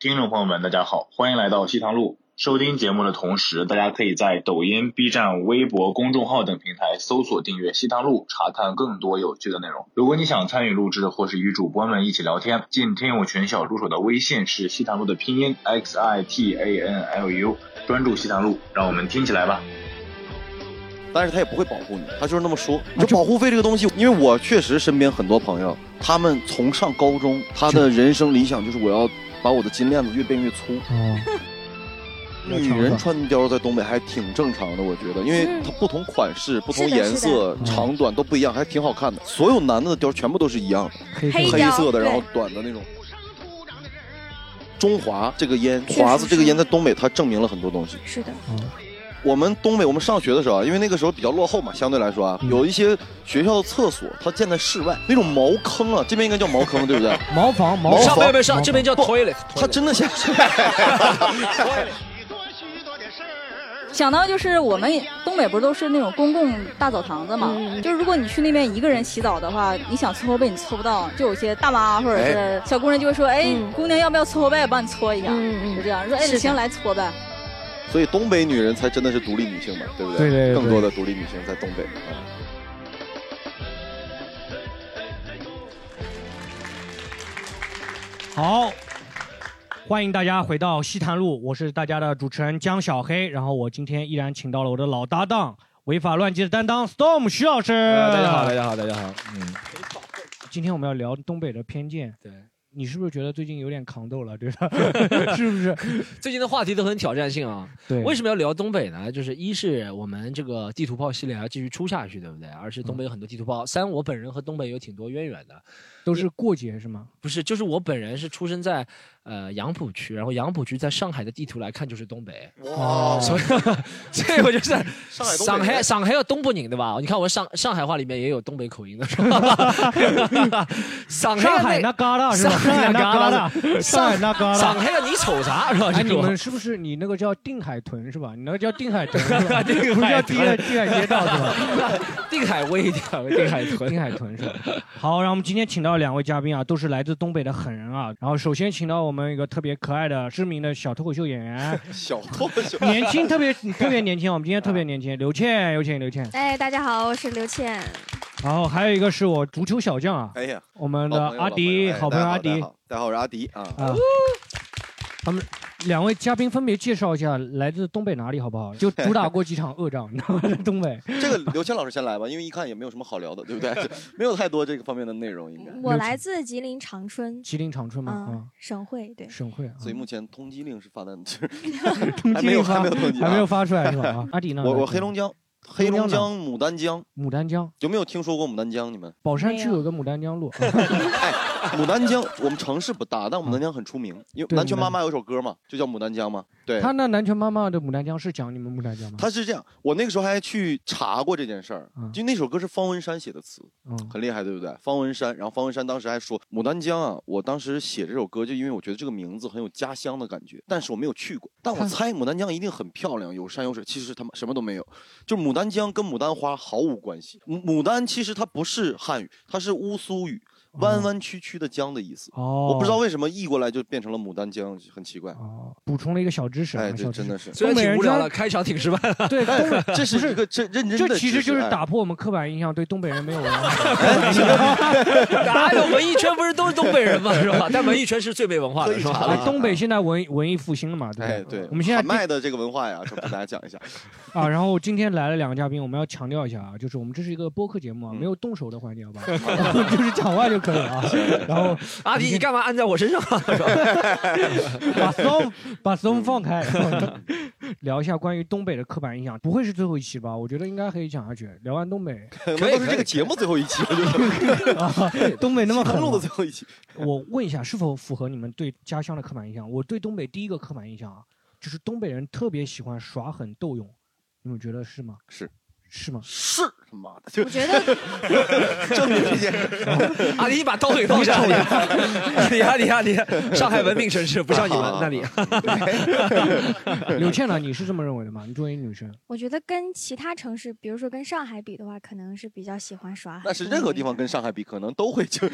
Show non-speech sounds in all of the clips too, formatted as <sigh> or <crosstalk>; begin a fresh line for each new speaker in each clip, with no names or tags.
听众朋友们，大家好，欢迎来到西塘路。收听节目的同时，大家可以在抖音、B 站、微博、公众号等平台搜索订阅西塘路，查看更多有趣的内容。如果你想参与录制或是与主播们一起聊天，进听友群小助手的微信是西塘路的拼音 x i t a n l u，专注西塘路，让我们听起来吧。
但是他也不会保护你，他啊就是那么说。你说保护费这个东西，因为我确实身边很多朋友，他们从上高中，他的人生理想就是我要把我的金链子越变越粗。
嗯，
女人穿貂在东北还挺正常的，我觉得，因
嗯
为它不同款式、不同颜色、
的
长短都不一样，还挺好看的。所有男的的貂全部都是一样的，
黑
黑
黑
貂
色的，
对
然后短的那种。中华这个烟，华子这个烟在东北，它证明了很多东西。
是的，
我们东北，我们上学的时候啊，因为那个时候比较落后嘛，相对来说啊，
嗯
有一些学校的厕所它建在室外，那种茅坑啊，这边应该叫茅坑，对不
<laughs>
对？
毛房毛
毛
上
哦房
边边上这边叫 toilet，
它真的像， <laughs>
想到就是我们东北不是都是那种公共大澡堂子嘛，
嗯
就是如果你去那边一个人洗澡的话，你想搓后背你搓不到，就有些大妈或者是小姑娘就会说，哎，姑娘要不要搓后背，帮你搓一下，
嗯嗯嗯
就这样说，哎，
是的
行，来搓呗。
所以东北女人才真的是独立女性嘛，对不对？
对对对
更多的独立女性在东北。啊
好，欢迎大家回到西坛路，我是大家的主持人江小黑。然后我今天依然请到了我的老搭档，违法乱纪的担当 Storm 徐老师。
哎啊大家
啊
好，大。家好，大家好。嗯，
今天我们要聊东北的偏见，
对，
你是不是觉得最近有点扛斗了？
<laughs>
对吧？是不是？
最近的话题都很挑战性啊。
对
为什么要聊东北呢？就是一是我们这个地图炮系列还要继续出下去，对不对？二是东北有很多地图
嗯
炮。三，我本人和东北有挺多渊源的，
都是过节是吗？
不是，就是我本人是出生在呃杨浦区，然后杨浦区在上海的地图来看就是东北，
哇，
哦
所以所以我就是
嗯上海东北
上海上海要东北人对吧？你看我上上海话里面也有东北口音的，是
<laughs>
吧？上海
上海那旮旯是吧？
上海
海
那
那
旮
旮
旯
旯，上海那旮
上
旯。
海的你瞅啥是吧？
哎，
这
你
种
们是不是你那个叫定海豚是吧？你那个叫定海豚是吧？
<laughs> 定海豚
不是叫定海定海街道是吧？
定海威一点， <laughs> 定海
丁
豚。
海豚是吧？好，然后我们今天请到两位嘉宾啊，都是来自东北的狠人啊。然后首先请到我们一个特别可爱的、知名的小脱口秀演员，
小脱小。
年轻特别特别年轻，啊我们今天特别年轻，刘倩，有请刘倩。
哎，大家好，我是刘倩。
然后还有一个是我足球小将啊，
<laughs> 哎呀，
我们
好
的
朋友
阿迪，
好朋
好朋
友
友
哎
阿
大家
迪
好大家好，大家好，我是阿迪
<laughs>
啊。
啊。他们两位嘉宾分别介绍一下来自东北哪里好不好？就主打过几场恶仗，你知道吗？在
<laughs>
东北，
这个刘谦老师先来吧，因为一看也没有什么好聊的，对不
<laughs>
对？没有太多这个方面的内容，应该。
我来自吉林长春，
吉林长春嘛啊。
嗯，省会对。
省会啊，
所以目前通缉令是发的，
通
还没有
缉
还
发
没有通缉，
<laughs> 还没有。发出来是
<laughs>
吧？啊阿迪呢？
我我黑龙江，黑
黑龙
龙
江
江牡丹江
牡丹江，
有没有听说过牡丹江？你们？
宝山区
没有
有个牡丹江
<laughs>
路，嗯
牡丹江，我们城市不大，但牡丹江很出名，因为
对
南拳
牡丹
妈妈有首歌嘛，就叫牡丹江嘛。对，
他那南拳妈妈的牡丹江是讲你们牡丹
<laughs>
江吗？
他是这样，我那个时候还去查过这件事儿
嗯，
就那首歌是方文山写的词，
嗯，
很厉害，对不对？方文山，然后方文山当时还说牡丹江啊，我当时写这首歌就因为我觉得这个名字很有家乡的感觉，但是我没有去过，但我
看
猜牡丹江一定很漂亮，有山有水，其实他们什么都没有，就是牡丹江跟牡丹花毫无关系。牡牡丹其实它不是汉语，它是乌苏语，弯弯曲曲的江的意思。
哦，
我不知道为什么译过来就变成了牡丹江，很奇怪。
哦，补充了一个小知识啊，
哎，
小
这
知
真
识
的是，
<laughs>
虽然挺无聊
东北
的，
人
开场挺失败的。
对东北。
这是
不是
一个这认 <laughs> 真
这
的知识，
其实就是
哎
打破我们刻板印象，对东北人没有
<laughs>
文化。
<laughs> 哪有文艺圈不是都是东北人吗？是吧？但文艺圈是最没文化的，是
喝一茶
吧
了？
哎东北现在文文艺复兴了嘛，对
哎，
不
对，
我们现在
喊麦的这个文化呀，跟大家讲一
<laughs>
下。
啊，然后今天来了两个嘉宾，我们要强调一下啊，就是我们这是一个播客节目啊，
嗯
没有动手的环节，
<laughs>
好吧？就是讲话就可以了啊。然后
阿迪，你干嘛按在我身上？啊
把松把松
嗯
放开， <laughs> 然后聊一下关于东北的刻板印象，不会是最后一期吧？我觉得应该可以讲下去。聊完东北，
可能都是这个节目最后一期了，
<laughs>
就是
东北那么狠
刚录
吗
的最后一期。
我问一下，是否符合你们对家乡的刻板印象？我对东北第一个刻板印象啊，就是东北人特别喜欢耍狠斗勇，你们觉得是吗？
是
是吗？
是他妈 <laughs> 的，就
我觉得
<laughs> 证明这件事。
阿里把刀给放下，阿里阿里阿里，上海文明城市不像你们
啊
那
<laughs>
里。
柳倩呢？你是这么认为的吗？你作为女生，
我觉得跟其他城市，比如说跟上海比的话，可能是比较喜欢耍。
那是任何地方跟上海比，可能都会就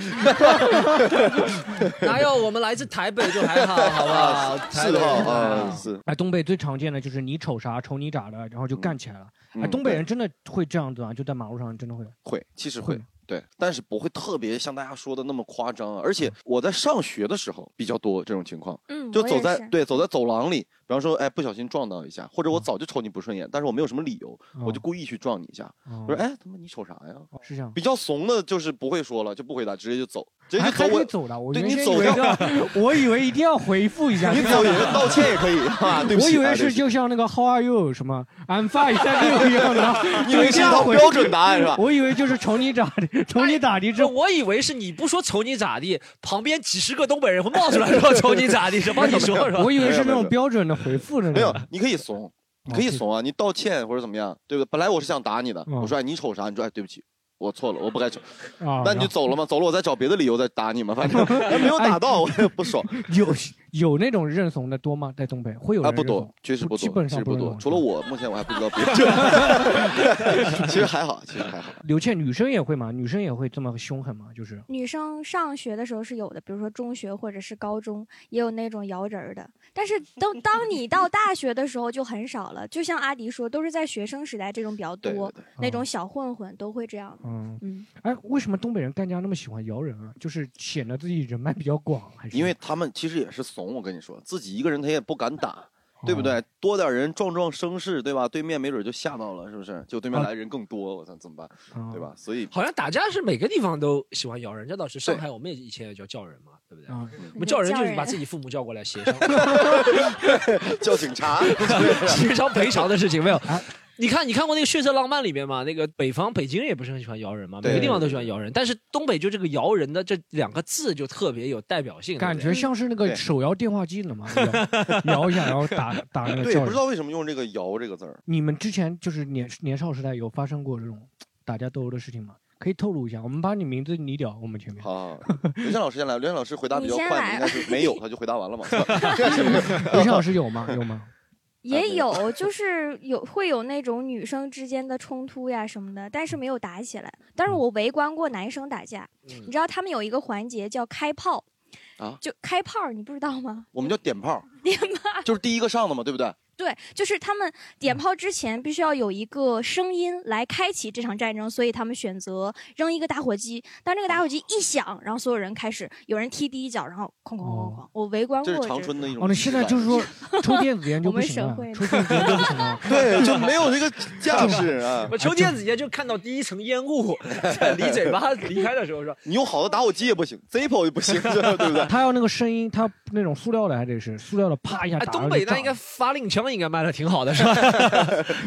<laughs> 哪有我们来自台北就还好，好不好？
是的啊，是
哎，东北最常见的就是你瞅啥，瞅你咋的，然后就干起来了。哎，
嗯
东北人真的会这样子啊？就在马路上真的会。
会，其实
会
会。对，但是不会特别像大家说的那么夸张啊，而且我在上学的时候比较多这种情况，
嗯，
就
我
走
也
在
是
对走在走廊里，比方说哎不小心撞到一下，或者我早就瞅你不顺
嗯
眼，但是我没有什么理由，我就故意去撞你一下，
哦
我说哎他妈你瞅啥呀？
哦是这样。
比较怂的就是不会说了，就不回答，直接就走，直接
还
就走
还可以
我。
走的，我
对
原
你
先以
走
为
掉
都要，我以为一定要回复一下，
你
就
走
像
也道歉也可
<laughs>
以啊，对不
我
起。
以为
哎
是就像那个 How are you 什么
<laughs>
I'm fine 三六一样的，
你以为
就是这
一
样
套
回
标准答案是吧？
<laughs> 我以为就是瞅你咋的，瞅你咋的之
<laughs>
这
后，
我以为是你不说瞅你咋地，旁边几十个东北人会冒出来说瞅你咋地，什么你说 <laughs> 是吧？
我以为是那
没有没
种
有
标准的哦回复呢。
没有，你可以怂，你可以怂啊，你道歉或者怎么样，对不对？本来我是想打你的，
嗯
我说哎你瞅啥？你说哎对不起，我错了，我不该瞅。
啊，
那你就走了吗？走了我再找别的理由再打你嘛，反
<laughs>
正没有打到我也不爽
有有那种认怂的多吗？在东北会有
啊，
人
不
认
多
怂，
确实
不
不
基
多，
本
其
上
实
不嗯
不
能
多
懂。
除了我，目前我还不知道别
<laughs>
人。其实还好，其实还好。
刘倩，女生也会吗？女生也会这么凶狠吗？就是
女生上学的时候是有的，比如说中学或者是高中，也有那种摇人儿的。但是都当你到大学的时候就很少了，就像阿迪说，都是在学生时代这种比较
对对
多，
对，嗯
那种小混混都会这样。
嗯，
嗯，
哎，为什么东北人干架那么喜欢摇人啊？就是显得自己人脉比较广，还是
因为他们其实也是怂，我跟你说，自己一个人他也不敢打。
哦
对不？对？多点人壮壮声势，对吧？对面没准就吓到了，是不是？就对面
啊
来人更多，我操，怎么办？
啊
对？吧？所以
好像打架是每个地方都喜欢咬人，这倒是。上海我们也以前也叫叫人嘛，对不对？
啊，
我们叫人就是把自己父母叫过来 <laughs> 协商，
<laughs> 叫警
<laughs>
察，
协商赔偿的事情没有。
啊
你看，你看过那个《血色浪漫》里面嘛？那个北方北京也不是很喜欢摇人嘛，每个地方都喜欢摇人，但是东北就这个摇人的这两个字就特别有代表性，
感
对不
觉像是那个
对
手摇电话机了嘛，
<laughs>
摇摇一下，然后打打那个
对，
叫
不知
人。
道为什么用这个“摇”这个字儿。
你们之前就是年年少时代有发生过这种打架斗殴的事情吗？可以透露一下，我们把你名字拟掉，我们前面。 <laughs>
好，刘谦老师先来，刘谦老师回答比较
你先
快，
来
应该是没有，他就回答完了嘛。
<laughs>
刘谦老师有吗？有
<laughs>
吗？
啊
也有，就是有会有那种女生之间的冲突呀什么的，但是没有打起来。但
嗯
是我围观过男生打架，
对
你知道他们有一个环节叫开炮
啊
就开炮，你不知道吗？ <laughs>
我们叫点炮，
点
炮就是第一个上的嘛，对不对？
对，就是他们
嗯
点炮之前必须要有一个声音来开启这场战争，所以他们选择扔一个打火机。当这个打火
哦
机一响，然后所有人开始有人踢第一脚，然后哐哐哐哐哐，我围观
哦这
过这
是长
个。
春的一种。
哦，那现在就是，说抽电子烟就不行了
我们，
抽
省
电子烟就不行了。 <laughs>
对，就没有这个架势啊
我。抽电子烟就看到第一层烟雾在离嘴
<laughs>
巴离开的时候说，
你用好的打火机也不行，Zippo 也不行，
<laughs>
对不对？
他要那个声音，他那种塑料的还得是塑料的，啪一下
哎，
打上去。
东北那
炸
应该发令枪应该卖的挺好的
<laughs>
是吧？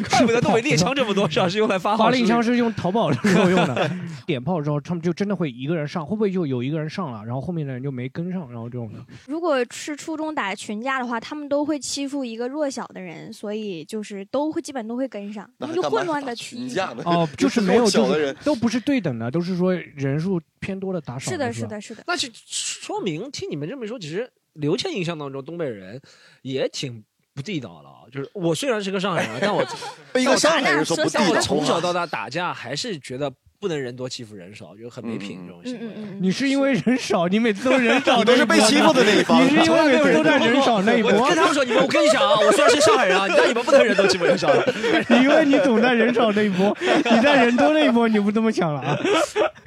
怪不得东北猎枪这么多，是吧？是用来发
发
号施
令
令
枪是用淘宝的时候用的，点炮之后他们就真的会一个人上，会不会就有一个人上了，然后后面的人就没跟上，然后这种的。
如果是初中打群架的话，他们都会欺负一个弱小的人，所以就是都会基本都会跟上，
那
他
还
们就
干嘛
混乱的
打
踢
群。 <laughs> 架呢？
<laughs>
哦，就是没有，
这么小
就
的
是
人
都不是对等的，都是说人数偏多的打少。
是的，是
是吧。
的，是的。
那就说明听你们这么一说，其实刘倩印象当中东北人也挺不地道的啊。就是我虽然是个上海
<laughs>
人啊，但我
被一个上海人说不地
但我
道，啊
从小到大打架还是觉得不能人多欺负人少，就很没品这种
嗯
行
嗯
为。啊
嗯嗯，
<laughs> 你是因为人少，你每次都人少，
你都是被欺负的那一方
你是因为每次都在人少那一波
我，跟他们说，你们我跟你讲啊，我虽然是上海人啊，但你们不能人多欺负人少。
<laughs> 你因为你总在人少那一波，你在人多那一波，你不这么想了啊？ <laughs>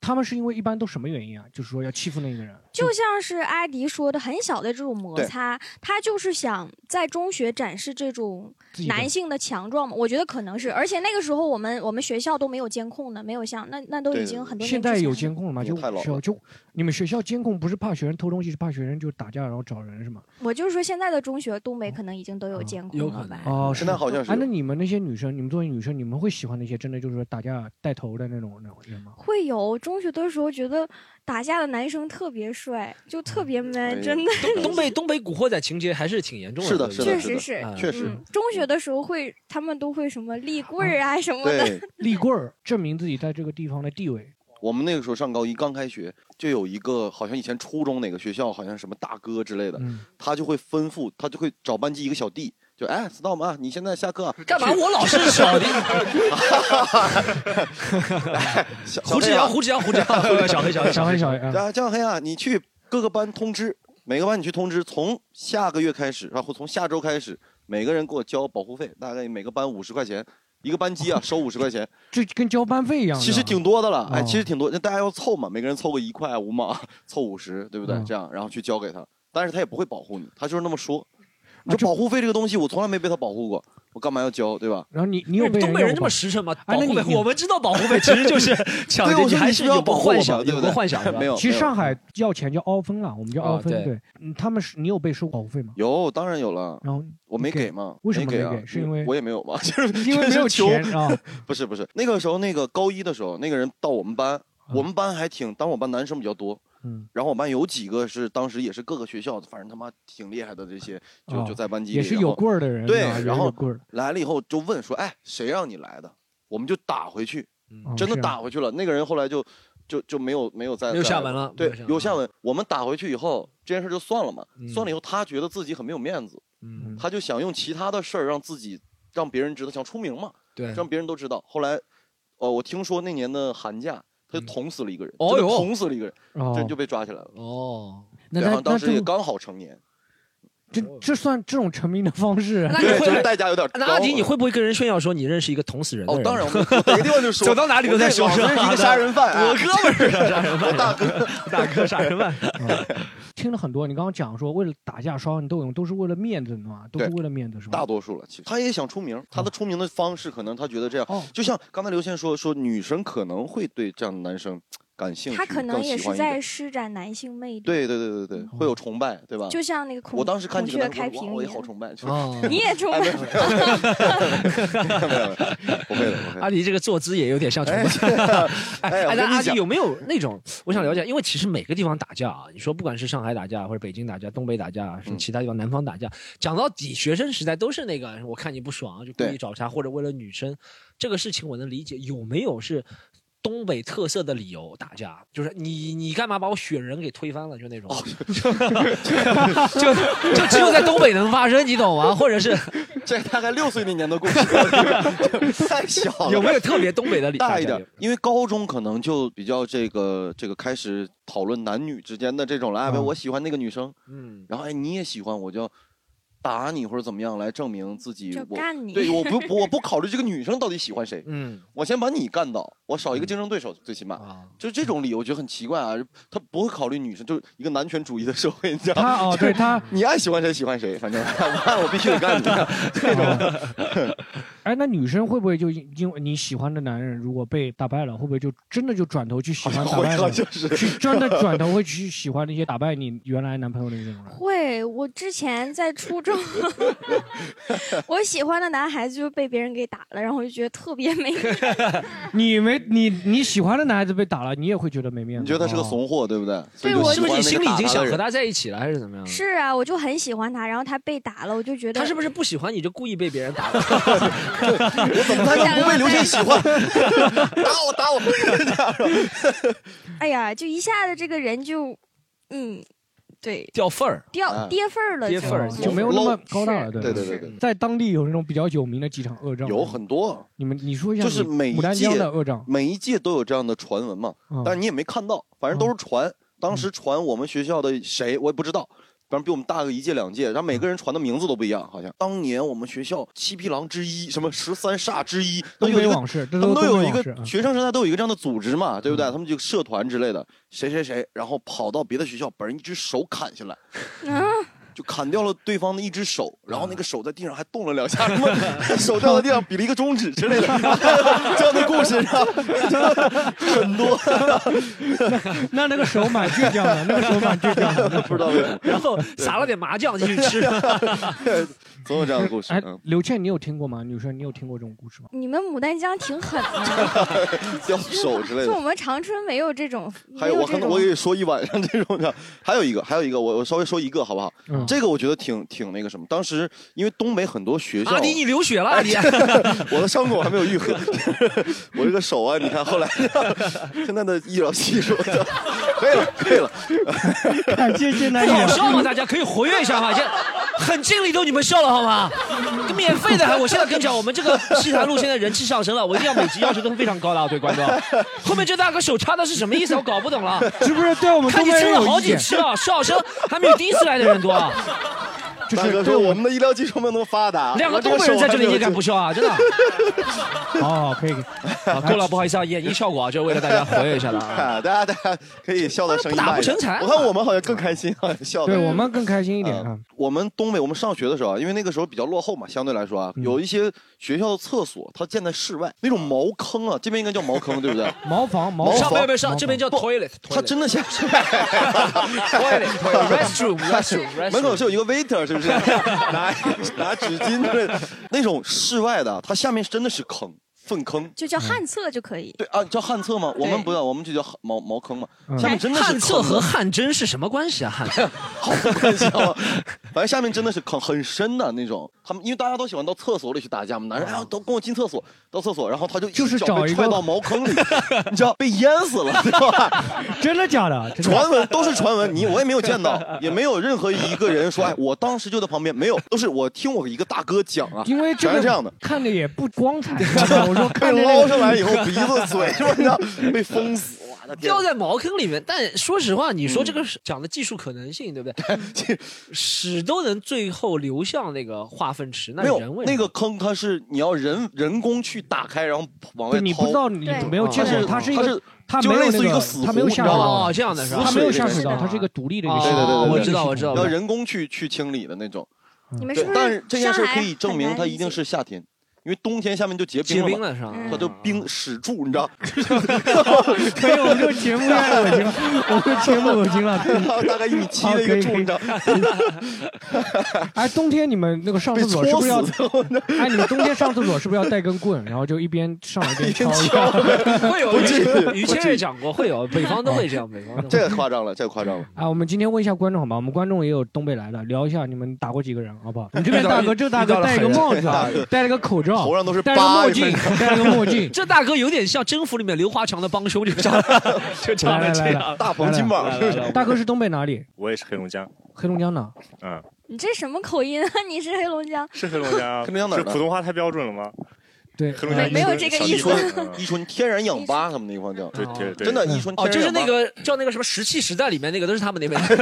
他们是因为一般都什么原因啊？就是说要欺负那个人，
就像是阿迪说的，很小的这种摩
对
擦，他就是想在中学展示这种
自己的
男性的强壮嘛。我觉得可能是，而且那个时候我们我们学校都没有监控的，没有像那那都
对
已经很多年
现在
之前
有
了
监控了吗？就
太老
是
了
就你们学校监控不是怕学生偷东西，是怕学生就打架然后找人是吗？
我就是说现在的中学，东北可能已经都
嗯
有监控
有
了
可
吧？
哦，
现在好像是
哎，那你们那些女生，你们作为女生，你们会喜欢那些真的就是说打架带头的那种那种人吗？
会有中学的时候觉得打架的男生特别帅，就
嗯
特别
哎
man，、真的。
东东北东北古惑仔情节还是挺严重
是
的
的，是
对不
确
的，
对，
实是
嗯
确实。
嗯，中学的时候会，他们都会什么立棍儿啊什么的。 <laughs>
对，
立棍儿证明自己在这个地方的地位。
我们那个时候上高一刚开学，就有一个好像以前初中哪个学校好像什么大哥之类的，
嗯
他就会吩咐，他就会找班级一个小弟，就哎，storm 啊，你现在下课啊
干嘛？我老是小的，
小
<laughs> 胡志
小黑啊
阳，胡志阳，胡志阳，
<laughs>
小黑，小黑，
小
小
黑
黑，
小黑啊，
啊，江黑啊，你去各个班通知，每个班你去通知，从下个月开始，啊，或从下周开始，每个人给我交保护费，大概每个班五十块钱，一个班级啊收五十块钱，
这跟交班费一样的。
其实挺多的了，哎，
哦
其实挺多，那大家要凑嘛，每个人凑个一块五毛， <laughs> 凑五十，对不对？
嗯
这样然后去交给他，但是他也不会保护你，他就是那么说。
啊
你
这
说保护费这个东西，我从来没被他保护过，我干嘛要交，对吧？
然后你你
你
有被
东北
要
人这
过
么实诚吗？
哎
保
那
护
你
费，我们知道保护费其实就是抢
对
劫，
我
你
说
还
你
是
需要
有
保
过
护我
幻
吧
想，
对
有
不
过
对？
幻想的，
没有，
其实
没有
上海要钱叫凹分了，我们叫
啊
凹分。
对
对，嗯他们是你有被收保护费吗？
有，当然有了，<laughs>
然后
我没
你给
给嘛，
为什么
没
没
啊
给是因为
我也没有嘛， <laughs> 就是
因为没有
穷
钱啊，
不是不是，那个时候那个高一的时候，那个人到我们班，
嗯
我们班还挺，当时我班男生比较多， <laughs>
嗯，
然后我们班有几个是当时也是各个学校的，反正他妈挺厉害的这些，就、
哦
就在班级里，
也是
然后
有棍儿的人啊，
对
也是
然后
有棍儿的，
来了以后就问说，哎，谁让你来的？我们就打回去，
啊
真的
是啊
打回去了。那个人后来就就就没有没有再
没有
再
下文了
对
没有下，文
有下文。我们打回去以后，这件事就算了嘛。
嗯
算了以后，他觉得自己很没有面子，
嗯，
他就想用其他的事儿让自己让别人知道，想出名嘛，
对，
让别人都知道。后来，呃，我听说那年的寒假，他就
嗯
捅死了一个人，
哦
真的
哟
捅死了一个人，
哦
这，就被抓起来了。
哦，
那
然
他
后
那
当时也
这
刚好成年，
这这算这种成名的方
<laughs>
式？
<laughs> 那
对，
你
就是
会，
代价有点高。啊
那阿迪，你会不会跟人炫耀说你认识一个捅死人的
哦，
人？
当然，我我哪个地方就说，
<laughs> 走到哪里都在说
我
是
这
吧
是一个杀人犯，
我
哎
哥们儿是杀人
我
犯，
大哥。
大哥杀人犯，
嗯听了很多，你刚刚讲说为了打架双刃斗勇，都是为了面子，你知道吗？都是为了面子，是吧？
大多数了，其实他也想出
嗯
名，他的出名的方式可能他觉得这样，
哦
就像刚才刘倩说，说女生可能会对这样的男生感兴趣，
他可能
更喜
也
欢
是
一
在
点
施展男性魅力，
对对对
哦
对对，会有崇拜，对吧？
就像那个孔
我当时看
孔
几个
雀开
男生，哇，
屏
我
一
也好
样。
崇拜，就
哦
你也啊崇
<laughs> 哎，没
拜
有没有，没有没有不会的，不会的 <laughs>
阿。迪这个坐姿也有点像崇拜。哎，
哎我跟
哎那
你
阿迪
讲
有没有那种？我想了解，因为其实每个地方打架啊，你说不管是上海打架，或者北京打架、东北打架，什么
嗯
其他地方南方打架，讲到底，学生时代都是那个，我看你不爽啊就故意
对
找茬，或者为了女生，这个事情我能理解。有没有是东北特色的理由打架？啊就是你你干嘛把我雪人给推翻了？就那种，
哦
就 <laughs> 就就只有在东北能发生，你懂吗？或者是
这大概六岁那年的
<laughs>
故事，就太小了。
有没有特别东北的理
大一点
打架
儿？因为高中可能就比较这个这个开始讨论男女之间的这种了。哎，
嗯
我喜欢那个女生，
嗯，
然后哎你也喜欢，我就打你或者怎么样来证明自己
就
我。
干你
对，我不我不考虑这个女生到底喜欢谁，
嗯
我先把你干倒，我少一个竞争对手，最起码。
啊，
就这种理由，我觉得很奇怪啊！他不会考虑女生，就是一个男权主义的社会，你知道吗？
他哦，对他，
你爱喜欢谁喜欢谁，反正我必须得干你。这种
哦哎，那女生会不会就因因为你喜欢的男人如果被打败了，会不会就真的就转头去喜
好 <laughs>
欢
像会
打败
啊，
的？
就是
去真的转头会去喜欢那些打败你原来男朋友的那种人？
会，我之前在初中，我喜欢的男孩子就被别人给打了，然后我就觉得特别
<laughs>
没
嗯
面子。
你没你你喜欢的男孩子被打了，你也会觉得没面子。哦
你觉得他是个怂货，对不对？所
对
以就
我
喜
是不是
欢
你
那个
心里已经
打他的
想
人
和他在一起了，还是怎么样？
是啊，我就很喜欢他，然后他被打了，我就觉得
他是不是不喜欢你就故意被别人打了？
我怎么他就不被刘谦喜欢？ <laughs> 打我打我！
嗯
哎呀，就一下子这个人就，嗯，对，
<laughs> 掉份儿，
掉
哎
跌份儿了就，
跌份儿
哦就没有那么高大了，对
对
吧
对对对，
在当地有那种比较有名的几场恶仗吗，
有很多，
你们你说一下你，
就是每一
牡丹江
届
的恶仗，
每一届都有这样的传闻嘛，
嗯
但是你也没看到，反正都是传。当时传我们学校的谁我也不知道，反正比我们大个一届两届，然后每个人传的名字都不一样，好像当年我们学校七匹狼之一，什么十三煞之一，都
东
有一
北
个
往事，这
他们
都
都有一
东北往
个
事
学生时代都有一个这样的组织嘛，对不对？
嗯
他们就社团之类的，谁谁谁，然后跑到别的学校把人一只手砍下来，就砍掉了对方的一只手，然后那
嗯
个手在地上还动了两下，什么
<laughs>
手掉在地上比了一个中指之类的， <laughs> 这样的故事啊，很多。
<laughs> 那那个手蛮倔强的，那个手蛮倔强的，
不知道为什么。
然后撒了点麻酱进去吃。
总有这样的故事。嗯
哎，刘倩，你有听过吗？女生，你有听过这种故
<laughs>
事吗？
你们牡丹江挺狠
<laughs>
的，
掉手之类
就我
的。
们长春没有这种，
还
没
有，我
这
刚才
种。
我给你说一晚上这种的，还有一个，还有一个，我我稍微说一个好不好？
嗯
这个我觉得挺挺那个什么。当时因为东北很多学校，
阿迪，你流血了，阿迪。
我的伤口还没有愈合， <laughs> 我这个手啊，你看后来 <laughs> 现在的医疗技术， <laughs> 可以了，可以了。 <laughs>
感谢谢男
不好笑
友。
吗？大家可以活跃一下嘛，现在很尽力都你们笑了好吗？免费的还，我现在跟你讲，我们这个西坛路现在人气上升了，我一定要每集要求都是非常高的啊，对观众。后面这大哥手插的是什么意思？我搞不懂了。
是不是对我们
看
东
你
北
听
人
了
有
好
意
几
见？
期了，笑声还没有第一次来的人多啊。
就
大哥说
是对
我
我
们的医疗技术没有那么发达，
两个
我这
东北人
手
在这里
还没
也
有
敢
就
不笑啊？真的。
哦，可以，可以
啊，够了，不好意思啊，演绎效果啊，就是为了大家活跃一下
<laughs>
的啊。
啊，大家大家可以笑的声音大一
不
点
打不成。才啊
我看我们好像更开心，好像笑的。
对我们更开心一点啊
啊。，我们东北，我们上学的时候啊，因为那个时候比较落后嘛，相对来说啊，有一些学校的厕所它建在室外，那种茅坑啊，这边应该叫茅坑，对不对？
茅房，茅
茅
上
房
房，
边边上这边叫 toilet，
它真的像 <laughs>
toilet，restroom，restroom，
门口是有一个 waiter，是不是？ <laughs> 拿拿纸巾之类的，那种室外的，它下面真的是坑，粪坑。
就叫旱厕就可以。
对啊，叫旱厕吗？我们不要，我们就叫旱茅茅坑嘛。下面真的是
旱厕
坑
哎和汗蒸是什么关系啊？汗
好不关系 <laughs> 啊！反正下面真的是坑，很深的那种。他们因为大家都喜欢到厕所里去打架嘛，男人哎呀都跟我进厕所，到厕所，然后他就
就是
脚
找
被
一
踹
个
到茅坑里，你知道被淹死 <laughs> 了，对吧？
真的假的？真的
传闻都是传闻，你我也没有见 <laughs> 到，也没有任何一个人说，哎，我当时就在旁边，没有，都是我听我一个大哥讲
<laughs>
啊，
因为这
全
个
是这样的。
看着也不
<laughs>
光彩，你知道吗我说
被 <laughs>
看着
捞
那
上
个
来以后，鼻子、嘴什么的被封死， <laughs> 我的天
掉！在茅坑里面。但说实话，你说这个是讲的技术可能性，对不对？ <laughs> 屎都能最后流向那个化粪池，那
没有
人为什么
那个坑，它是你要人人工去打开，然后往外
对
掏。
你不知道你
对
没有见
它
过，
是
它是一
它
个
是
它
就
没有
类似于
那
一个
个
死湖
它没有
你知
下水
道吗
道
哦，，这样的是吧
它
死？
没有
水
下
这
水
个
道，
是
它
的
是一个独立的一个
哦
系统。
对对对
我知道，我知道。
要
<laughs>
人工去去清理的那种。
嗯
你们是
对
不是，
但是这件事
上
儿
海
可以证明
很
它
难理
一定
解
是夏天，因为冬天下面就结冰
结
了嗯
冰
嘛，
了是吧？
它就 <laughs> 冰屎柱，你知道？
可以，我们这个节目太恶心了，我们这个节目恶心了。
大概一米七的一个柱，你知道？
哎，冬天你们那个上
被
厕
搓
所是不是要？
死的，
哎，你们冬天上厕所是不是要带根棍，然后就一边上一边
一天
敲一
敲
下？。
会有
不至于
于于谦也讲过，会有北方都会这样，北方都会
这个夸张了，这个夸张了。
啊，我们今天问一下观众好吗？我们观众也有东北来的，聊一下你们打过几个人好不好？我们这边
遇到
大哥，这个大
遇到
哥
了
戴一个
狠人
帽子啊，戴了个口罩，
头上都是
戴了个
疤
墨
一
镜
份，
戴了个墨镜。
这大哥有点像《征服》里面刘华强的帮凶，就长 <laughs> 就长得
来来
这
来
样。
大鹏金
来
榜
来
是
来
大哥是东北哪里？
我也是黑龙江，
黑龙江的。
嗯，
你这什么口音啊？你是黑龙江？
是黑龙江啊。
<laughs> 黑龙江哪儿
是
的
普通话太标准了吗？
对，
黑龙
呃
江
没有
伊春
这个
小
意
伊
思
春
<laughs>
伊春天然氧吧，他们那块叫。
对对对，
真的，伊春
哦，就是
天然
那
氧吧
个叫那个什么《石器时代》里面那个，都是他们那边的。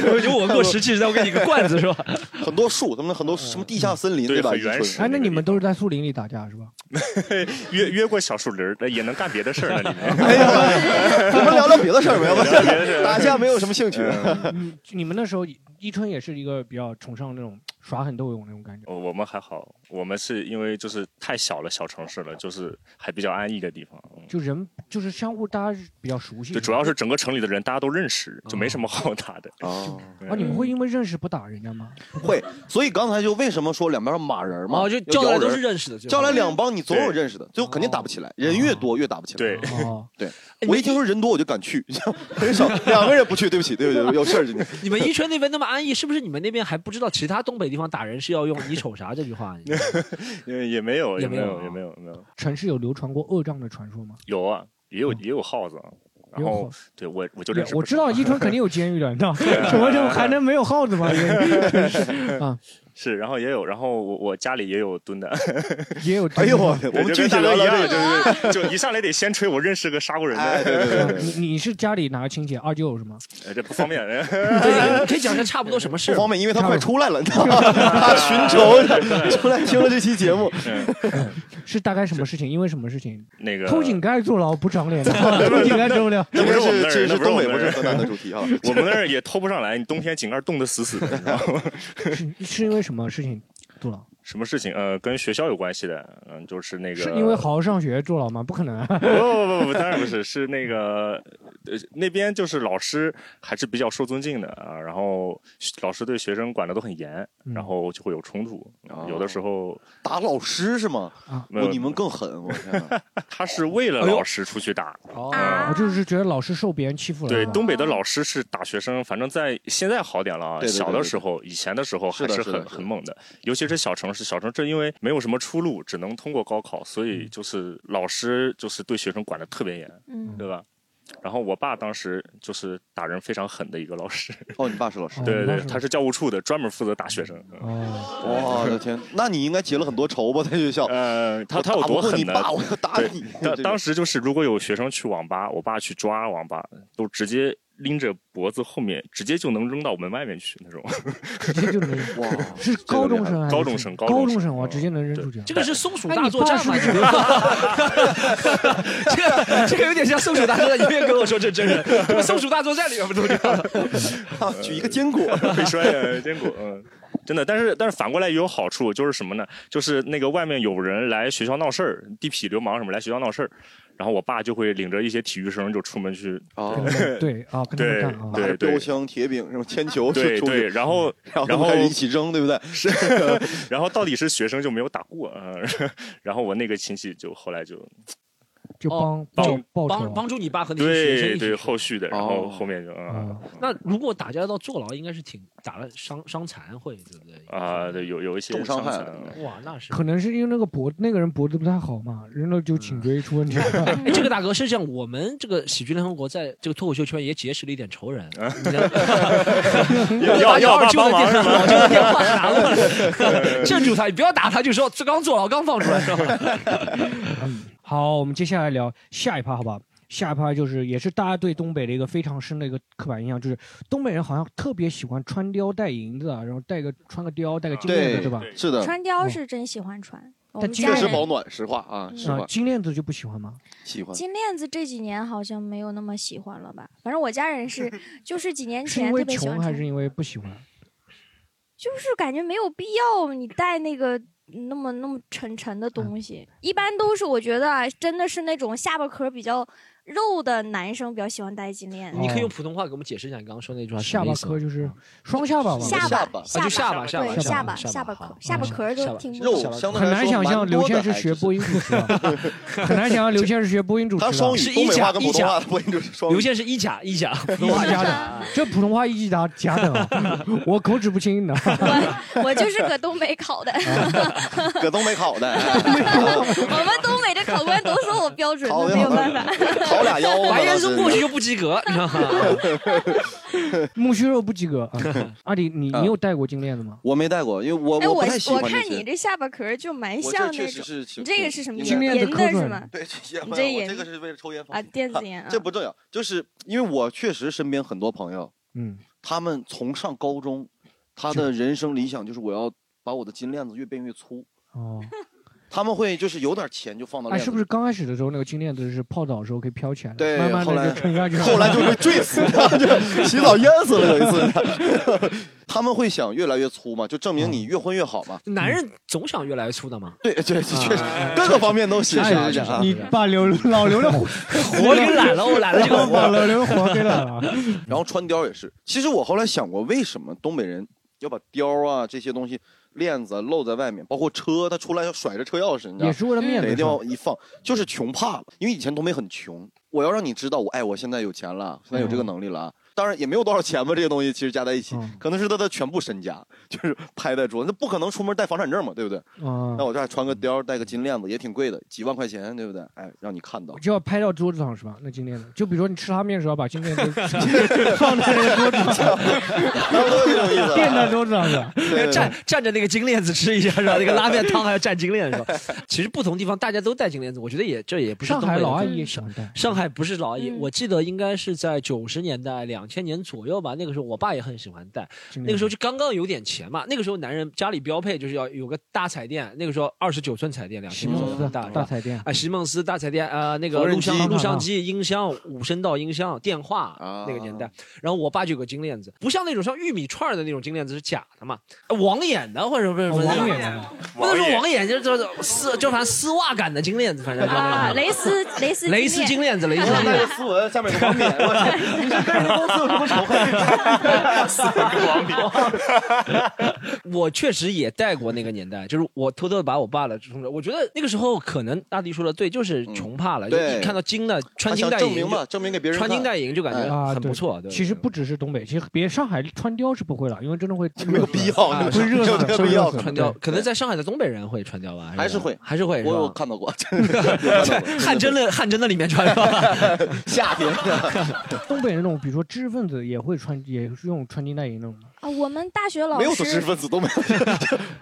有有我过《石器时代》，我给你个罐子是吧？
很多树，他们很多什么地下森林
对
吧？
很
伊春
原始
哎，那你们都是在树林里打架是吧？
约约过小树林儿，也能干别的事儿呢。里面
哎呀，我们聊聊别的事儿吧，要不
聊别的事
然
儿
打架没有什么兴趣。
嗯，你们那时候伊春也是一个比较崇尚那种耍狠斗勇那种感觉。
<laughs> 我我们还好，我们是因为就是太小了，小城市了，就是还比较安逸的地方。嗯
就人就是相互大家比较熟悉，
对，主要是整个城里的人大家都认识，就没什么好打的。
嗯哦，
啊，你
嗯
们会因为认识不打人家吗？
会，所以刚才就为什么说两边马人嘛，
哦，就
要
叫
摇
来都
人
是认识的，最后
叫来两帮，你总有
对
认识的，最后肯定打不起来，人越多越打不起
<laughs>
来。
对，
哦，
哎
我一听说人多我就敢去， <laughs> 很少两个人不去，对不起，对不起，有事儿今天。
<laughs> 你们伊春那边那么安逸，是不是你们那边还不知道其他东北地方打人是要用“你瞅啥”这句话？你知道吗
也也没有，
也
也
没
没
有
有，
啊
也没有，没有，
城市有流传过恶仗的传说吗？
有啊，也
嗯
有也有耗子啊。然
有
后
耗
对我我就认识不少， <laughs>
我知道伊春肯定有监狱的，你知道什么时候还能没有耗子吗？啊，
是，然后也有，然后我我家里也有蹲的，
也有。
哎呦，我
对
们
就
具
跟
体
大
聊
哥一样，对
聊这个。
对对，就一上来得先吹我认识个杀过人的，
啊哎对对对对
你你是家里哪个亲戚？二舅是吗？
呃这不
<laughs>
方便。
对，你可以讲一下差不多什么事
不 <laughs>
儿
方便，因为他快出来
<laughs>
了，他寻仇出来听了这期节目。
是大概什么事情？因为什么事情？
那个
偷井盖坐牢不长脸，偷井盖走了。
那不是我们的
这
人，
是
那不是
东
我
北，
们
不
的
是
人
河南的主题啊。
<laughs> 我们那儿也偷不上来，你冬天井盖冻得死死的，你知道吗？ <laughs>
是是因为什么事情坐牢？
什么事情？呃，跟学校有关系的，嗯，就是那个，
是因为好好上学坐牢吗？不可能
<laughs>
啊！
不不不不，当然不是，是那个呃那边就是老师还是比较受尊敬的啊，然后老师对学生管的都很严，
嗯
然后就会有冲突，
哦
有的时候
打老师是吗？
没
我
有
你们更狠，我天啊！
他是为了
哎呦
老师出去打，
我就是觉得老师受别人欺负
哦
了。
对，东北的老师是打学生，反正在现在好点了啊。
对对对
小的时候，以前的时候还
是的是的
很
是的
很猛的，尤其是小城市，小城市因为没有什么出路，只能通过高考，所
嗯
以就是老师就是对学生管的特别严，
嗯，
对吧？然后我爸当时就是打人非常狠的一个老师，
哦，你爸是老师
哦，
对
那
对
是
对，他是教务处的，专门负责打学生。嗯
哦，
我的天，那你应该结了很多仇吧？在学校，
呃，他他有
我打不
多
过
狠
你
呢？
爸，我要打
对
你。
当
这
当
个
时就是，如果有学生去网吧，我爸去抓网吧，都直接拎着脖子后面，直接就能扔到门外面去那种。
直接就能
哇，
是高中生还是
高中生
高
高中生
生哇，
嗯
直接能扔出去。
这个是松鼠
哎
大
你
作
爸
战
是
嘛？
不是
这个这个 <laughs> 这个有点像松鼠大作战，你别跟我说这真人，这个松鼠大作战里面不都这样？
啊举一个坚
<laughs>
果， <laughs>
被摔的坚果，嗯，真的。但是但是反过来也有好处，就是什么呢？就是那个外面有人来学校闹事儿，地痞流氓什么来学校闹事儿，然后我爸就会领着一些体育生就出门
<laughs>
去，
啊
跟，他们对啊，跟他们
对
干啊。
拿着
对
标枪、铁饼什么铅球就
对
出
对，
去，
然
<laughs>
后
然
然
后
后
开始一起扔，对不对？ <laughs>
是， <laughs> 然后到底是学生就没有打过，嗯，然后我那个亲戚就后来就
就
哦
帮
帮
报报仇 <laughs>
帮
啊。
帮助你爸和你学生
对
一
对
起
后
去。
续的，然后
哦
后面就啊
嗯
那如果打架到坐牢，应该是挺打了伤伤残会，对不对？
啊，对，有有一些
重伤害
残
了应该
嗯
哇，那是
可能是因为那个脖那个人脖子不太好嘛，扔了就颈椎出问题了。
<laughs>
<laughs>
嗯
哎，这个大哥是这样，我们这个喜剧联合国在这个脱口秀圈也结识了一点仇人。你知道
要啊 <laughs> 要要我爸帮忙是吗？
老舅的电话拿
<laughs>
过来，镇住他，你不要打他，就说这刚坐牢，刚放出来，是吧？
好，我们接下来聊下一趴，好吧？下一趴就是也是大家对东北的一个非常深的一个刻板印象，就是东北人好像特别喜欢穿貂带银子啊，然后带个穿个貂带个金链子，
对
对吧？
嗯是的，
穿
嗯
貂是真喜欢穿，我
但
们
金
家
确实
人
保暖，实话啊，实
啊
话，
金链子就不喜欢吗？
喜欢。
金链子这几年好像没有那么喜欢了吧？反正我家人
<laughs>
是，就是几年
是因
前特
为
别喜欢
穷
穿
还，是因为不喜欢？
就是感觉没有必要你带那个那么那么沉沉的东西。一般都是我觉得啊，真的是那种下巴壳比较肉的男生比较喜欢戴金链子。
你可以用普通话给我们解释一下你刚刚说那句话是什
下
么
巴
意思吗啊
壳就是双哦下巴吧？
下
巴
巴，
啊，就
下
下巴，下巴，
对
下
巴，
下
下
巴
壳
好，
下巴壳儿
下
都
巴
挺不
肉
懂
相对
很
来
难
说
想象
蛮
刘
多的
谦是
还
学
是
播音主持的，很难想象刘谦是学播音主持
他
的。啊
双语，
是一
东北
甲
话跟
一
普通
甲
话不一定是双语
刘。宪是一甲一 <laughs> 甲，
普通话加的，这普通话一级打加的啊，我口齿不清的。
我我就是搁东北考的，
搁东北
<laughs>
考的，哎
我们东北这考官都说我标准
考
的，没有办法。
考俩腰嘛。
白岩
当时
松过去就不及格，你知 <laughs> 道吗？
木须肉不及格啊！阿里，你你有戴过金链子吗？
我没戴过，因为我
哎，
不
我
太喜
我
欢这
看
些
你这下巴壳儿就蛮
我
像
这确
那
实
种，
是挺，
你这个是什么？
应
金
该
链
银
子抠
的
出
是
来
吗？
对，这些
你
我
这也
这个是为了抽烟
啊，
防止。
电子烟啊，
这不重要，就是因为我确实身边很多朋友，
嗯，
他们从上高中，他的人生理想就是我要把我的金链子越变越粗。
哦，
他们会就是有点钱就放到
哎，
链子
是
里
不是刚开始的时候那个金链子是泡澡的时候可以飘起来的，
对
慢慢
后来
的就沉下去了。
后来就被坠死了，就洗澡淹死了有一次。 <laughs> 他们会想越来越粗嘛，就证明你越混越好嘛。
男人总想越来越粗的 <laughs> 嘛，
对对，确实各个方面都
哎
协商一下啊。
你把刘老刘的活
活给揽了，我揽了 <laughs> 这个
把
活。
老刘的活给揽了。啊
然后穿貂也是，其实我后来想过，为什么东北人要把貂啊这些东西链子啊露在外面，包括车，他出来要甩着车钥匙，你知道
也
吗？
是为了面
哪个
子是
地
吧，嗯
方一放，
嗯
就是穷怕了。因为以前东北很穷，我要让你知道我哎，我现在有钱了，现在有这个能力了啊，当然也没有多少钱吧，这些东西其实加在一起，可能是他的全部身家，就是拍在桌子，那不可能出门带房产证嘛，对不对？
啊
那我这还穿个貂儿，戴个金链子，也挺贵的，几万块钱，对不对？哎，让你看
<laughs>
到，
就要拍到桌子上是吧？那金链子，就比如说你吃拉面的时候，把金链子放在那个桌子上，垫在桌子上是吧？
蘸蘸着那个金链子吃一下是吧？那个拉面汤还要蘸金链子是吧？
<laughs>
其实不同地方大家都带金链子，我觉得也这也不是
上海
东北的
老阿
特
姨也喜欢戴，
上海不是老阿姨，我记得应该是在九十年代、两千年左右吧。那个时候我爸也很喜欢戴，
历
那个时候就刚刚有点钱嘛。那个时候男人家里标配就是要有个大彩电，那个时候二十九寸彩电，两
席
千多
梦思
寸大
大彩电，
啊，席梦思大彩电，呃，那个
缝纫
录
机啊
像录像机、音箱、五声道音箱、电话，那个年代。然后我爸就有个金链子，不像那种像玉米串儿的那种金链子是假的嘛，呃网眼的或者不是不是
哦网眼的，
不能说网眼就是就是丝就反正丝袜感的金链子，反正就那
啊，
种
蕾丝蕾丝
蕾丝金链子，蕾丝金
<laughs> 那
链
个
子。
斯文下面有个王冕，我操，你这带着公司有什么仇恨？斯文跟王冕，
我确实也带过那个年代，就是我偷偷地把我爸的冲着，我觉得那个时候可能大弟说的对，就是穷怕了，就
嗯对
一看到金的穿
他
金
想
戴
证
银
明
就，
嘛，证明给别人
穿金戴
银，
银就感
啊，
觉很
对
不错，对。
其实不只是东北，其实别上海穿貂是不会了，因为真的会
没有必要，
啊
这个
会热
没有
死
这个
会
必
热
要
死。
穿貂，可能在上海的东北人会穿貂吧，
还是
吧
会
还是会，
我有
是吧？
看到
<laughs>
过，真的有看到过
汗蒸的汗蒸的里面穿是吧？
<laughs> 夏天
<laughs> 东北人那种，比如说知识分子也会穿，也是用穿金戴银那种的。
啊，我们大学
哦
老
没有知识
师
分子都没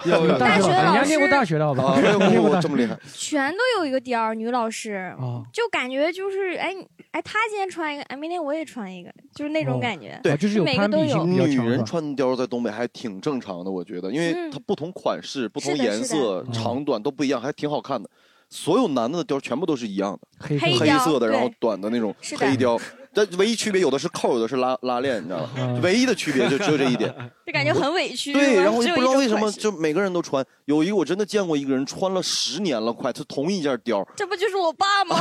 有，
有
<laughs>
有
大学
人
老
家
师
念过大学的好吧？
啊没有没
念过
有
大
这么厉害，
全都有一个貂儿，女老师
啊。
就感觉就是哎哎，她今天穿一个，哎，明天我也穿一个，就是那种
哦
感觉。
对
啊就是有
每个
攀
都
比
有
性比较
女
强是
人
吧
穿貂在东北还挺正常的，我觉得，因为
嗯
它不同款式、不同
是的
颜
是
色、
的
长短都不一样，还挺好看的。所有男的的貂全部都是一样的，
黑
黑
色
黑啊
貂
色的，
对
然后短的那种
是的
黑貂。但唯一区别有的是扣，有的是拉拉链，你知道吧
嗯？
唯一的区别就只有这
<laughs>
一点。
就感觉很委屈。
对，然后
只
就
有一
不知道
种
为什么
款式
就每个人都穿。有一个我真的见过一个人穿了十年了，快，他同一件貂，
这不就是我爸
<laughs>
吗？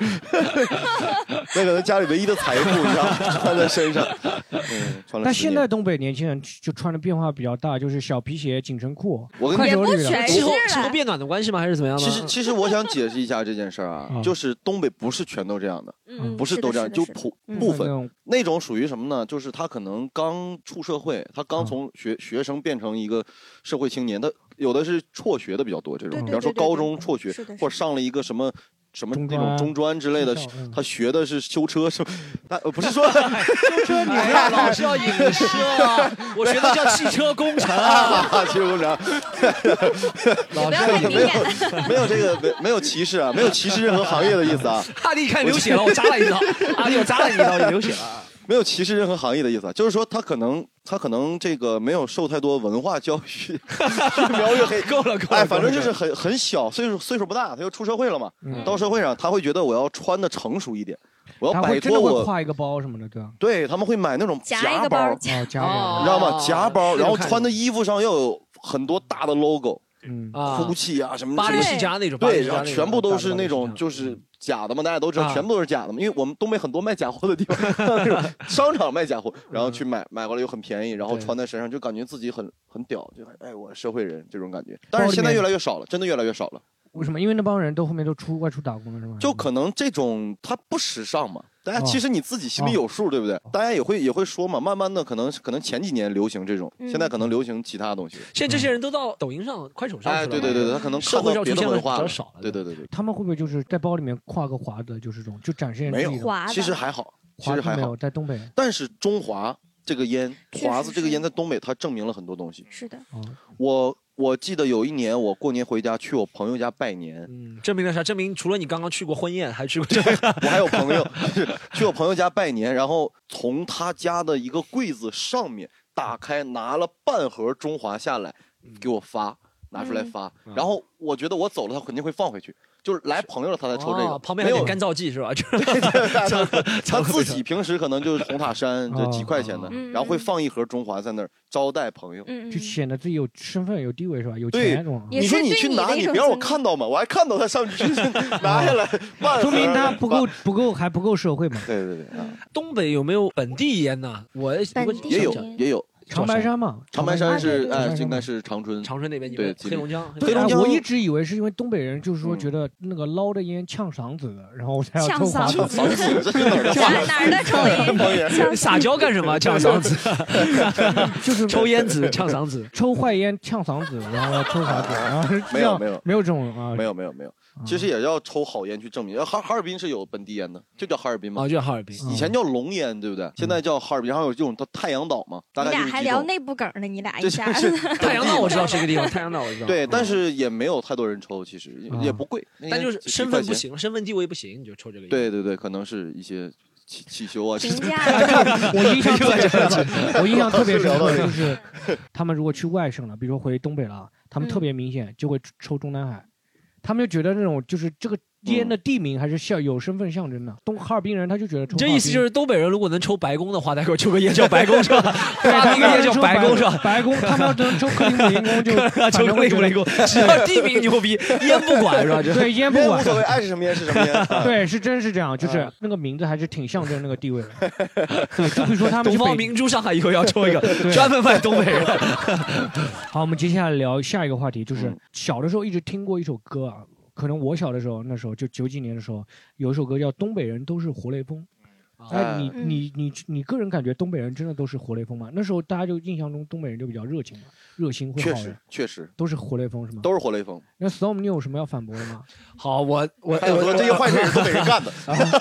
那可能家里唯一的财富，你知道吗，穿在身上。嗯，穿了
但
十
现
年。
在东北年轻人就穿的变化比较大，就是小皮鞋、紧身裤、
我跟你
快手
也不
里
全
的
哎是啊
气候
了
气候变暖的关系吗？还是怎么样呢？
其实，其实我想解释一下这件事儿啊
嗯，
就是东北不是全都这样的，
嗯，
不是都这样，
的
就是
的
普
嗯
部
那
分
种
那种属于什么呢？就是他可能刚出社会，他刚
嗯
从学学生变成一个社会青年，他有的是辍学的比较多，这
对
种，
对
比方说
对对
高
对
中辍学
是的，
或者上了一个什么。什么
中
那种
专
中专之类的
技校嗯，
他学的是修车，是吧，他呃不是
<laughs>
说 <laughs>
车你呀，老是要影
<laughs>
射，我学的叫汽车工程啊。
啊，其实我讲
不要太敏感了。
没有这个没没有歧视啊，没有歧视任何行业的意思啊，
阿弟看流血了，我扎
<laughs>
了一刀。阿弟，我扎了你一刀，你流血啊了。
没有歧视任何行业的意思啊，就是说他可能他可能这个没有受太多文化教育， <laughs> 越描越黑。
<laughs> 够了，够了。嗯
哎，反正就是很很小，岁数岁数不大，他又出社会了嘛，到社会上他会觉得我要穿的成熟一点，我
嗯他
要
会
摆
真的
脱
会
我，
挎一个包什么的，对吧？
对他们会买那种
夹一
夹
个
包，
包
你
哦，加
哦
知
点，
道吗？
哦
夹包，
是的
然后
看
穿的
过
衣服上要有很多大的 logo，
嗯，
啊，
哭泣啊什么
巴
的
黎
这
世
些，
家那种，巴黎
对，
世
然
家
后
那
全部都是
大的
那种
那种
就是假的嘛，大家都知道，
嗯啊
全部都是假的嘛，因为我们东北很多卖假货的地方，
<laughs>
那种商场卖假货，然后去买，买过来又很便宜，然后
嗯对
穿在身上就感觉自己很很屌，就很哎我社会人这种感觉。但是现在
面
越来越少了，真的越来越少了，
为什么？因为那帮人都后面都出外出打工了，是吗？
就
嗯
可能这种它不时尚嘛。大家
哦
其实你自己心里有数，对不
哦
对？大家也会也会说嘛，慢慢的可能可能前几年流行这种，
嗯
现在可能流行其他东西。
现在这些人都到抖音上、快手上去
哎，
了。
对对对对，他可能看
社会
到
上
别
出
的
现的
文
比
化
较
了，
少了。
对对对对，
他们会不会就是在包里面挎个华子，就是这种，就展现
没
自
有
己的
滑的，
其实还好，其
华
实
子
还
没
好
有。在东北
但是中华这个烟，
确实
华子这个
是
烟在东北它证明了很多东西。
是的，
啊，
我我记得有一年我过年回家去我朋友家拜年，
嗯，证明了啥？证明除了你刚刚去过婚宴，还去过
<laughs>
这个
我还有朋
<laughs>
友就是去我朋友家拜年，然后从他家的一个柜子上面打开拿了半盒中华下来给我发。拿出来发，
嗯
然后我觉得我走了，他肯定会放回去。就是来朋友了，他才抽这个。
哦旁边还
没
有
有 <laughs>
点干燥剂是吧？ <laughs> 就是 <laughs>
他自己平时可能就是红塔山，就几块
啊
钱的，
嗯
然后会放一盒中华在那儿招待朋友。
嗯
就
嗯，
显得自己有身份、有地位，是吧？有
对
钱是吧？
也
你说
是
你
对
去
你
拿，
的一
你
种
别让我
尊
看到嘛，我还看到他上去 <laughs> 拿下
<laughs>
来，慢
说明
盒儿
他不够
把。
不够还不够社会嘛？
对对对，啊
东北有没有本地烟呢？我
本
我
地
也有
烟
也有，
长白山嘛，
长白山是
哎，
啊
哎，这
长白山
应
嘛
该是长春， <laughs>
长春那边你
对
们，黑龙江
黑龙
哎
江
我一直以为是因为东北人就是说觉得那个捞着烟呛嗓子的，然后我才要抽
嗯呛
华
嗓
子
子。
嗓子这是哪儿的
哪
话？
哪儿的抽烟？呛
<laughs> 撒娇干什么？呛嗓子，
<laughs> 就是
抽烟子呛嗓子。
抽坏烟呛嗓子，然后抽华子，
<laughs>
然后是这
没有
样
没有
没有这种啊，
没有没有没有，其实也要抽好烟去证明。呃哈哈尔滨是有本地烟的，就叫哈尔滨嘛
哦，。就叫
<laughs>
哈尔滨。
以前叫龙烟，对不对？
嗯
现在叫哈尔滨，然后有这种叫太阳岛嘛， <laughs> 大
你
概
俩
就
嗯
是
还
几
聊
种。
内部梗呢？你俩
这
一
是
下， <laughs>
太阳岛我知道是一个地方，太阳岛我知
嗯
道。
对，但
是
是也没有太多人抽，其实也
啊
也不贵，那
<laughs> 但
应
就
该
是
几
身
块
份不
钱。
行，身份地位不行，你就抽这个。，
对对对，可能是一些汽汽修啊，
评
<laughs>
价
<laughs> 我印象特别深刻，我印象特别深
聊到
刻
这
就是，他们如果去外省了，比如说回东北了，他们
嗯
特别明显就会抽中南海，他们就觉得那种就是这个烟的地名还是像有身份象征的。东哈尔滨人他就觉得抽
你这
哈尔
意思
滨
就是东北人如果能抽白宫的话，待会儿抽个烟叫白宫是吧？
<laughs> 对
发
他
明个
们
烟叫
要抽
白宫是
<laughs>
吧？
白宫，他们要能抽克林姆林宫
<laughs>
就
抽
反正
个
会觉
雷
得
公，只要地名牛逼，烟不管
啊
是吧？这
对烟不
烟无
管。
所谓，爱是什么烟是什么烟。
对，是真是这样，
啊
就是那个名字还是挺象征那个地位的。对，就比如说他们
东
去
方
北
明珠，上海以后要抽一个，
对
专门卖东北人。
好，我们接下来聊下一个话题，就是
嗯
小的时候一直听过一首歌啊，可能我小的时候，那时候就九几年的时候，有一首歌叫《东北人都是活雷锋》。
啊
哎，你
嗯
你你你个人感觉东北人真的都是活雷锋吗？那时候大家就印象中东北人就比较热情嘛，热心会
确
好
实
人，
确实
都是活雷锋是吗？
都是活雷锋。
那 storm 你有什么要反驳的吗？
好，我我
还有说
哎我
这些坏事儿是东北人干
<laughs>
的，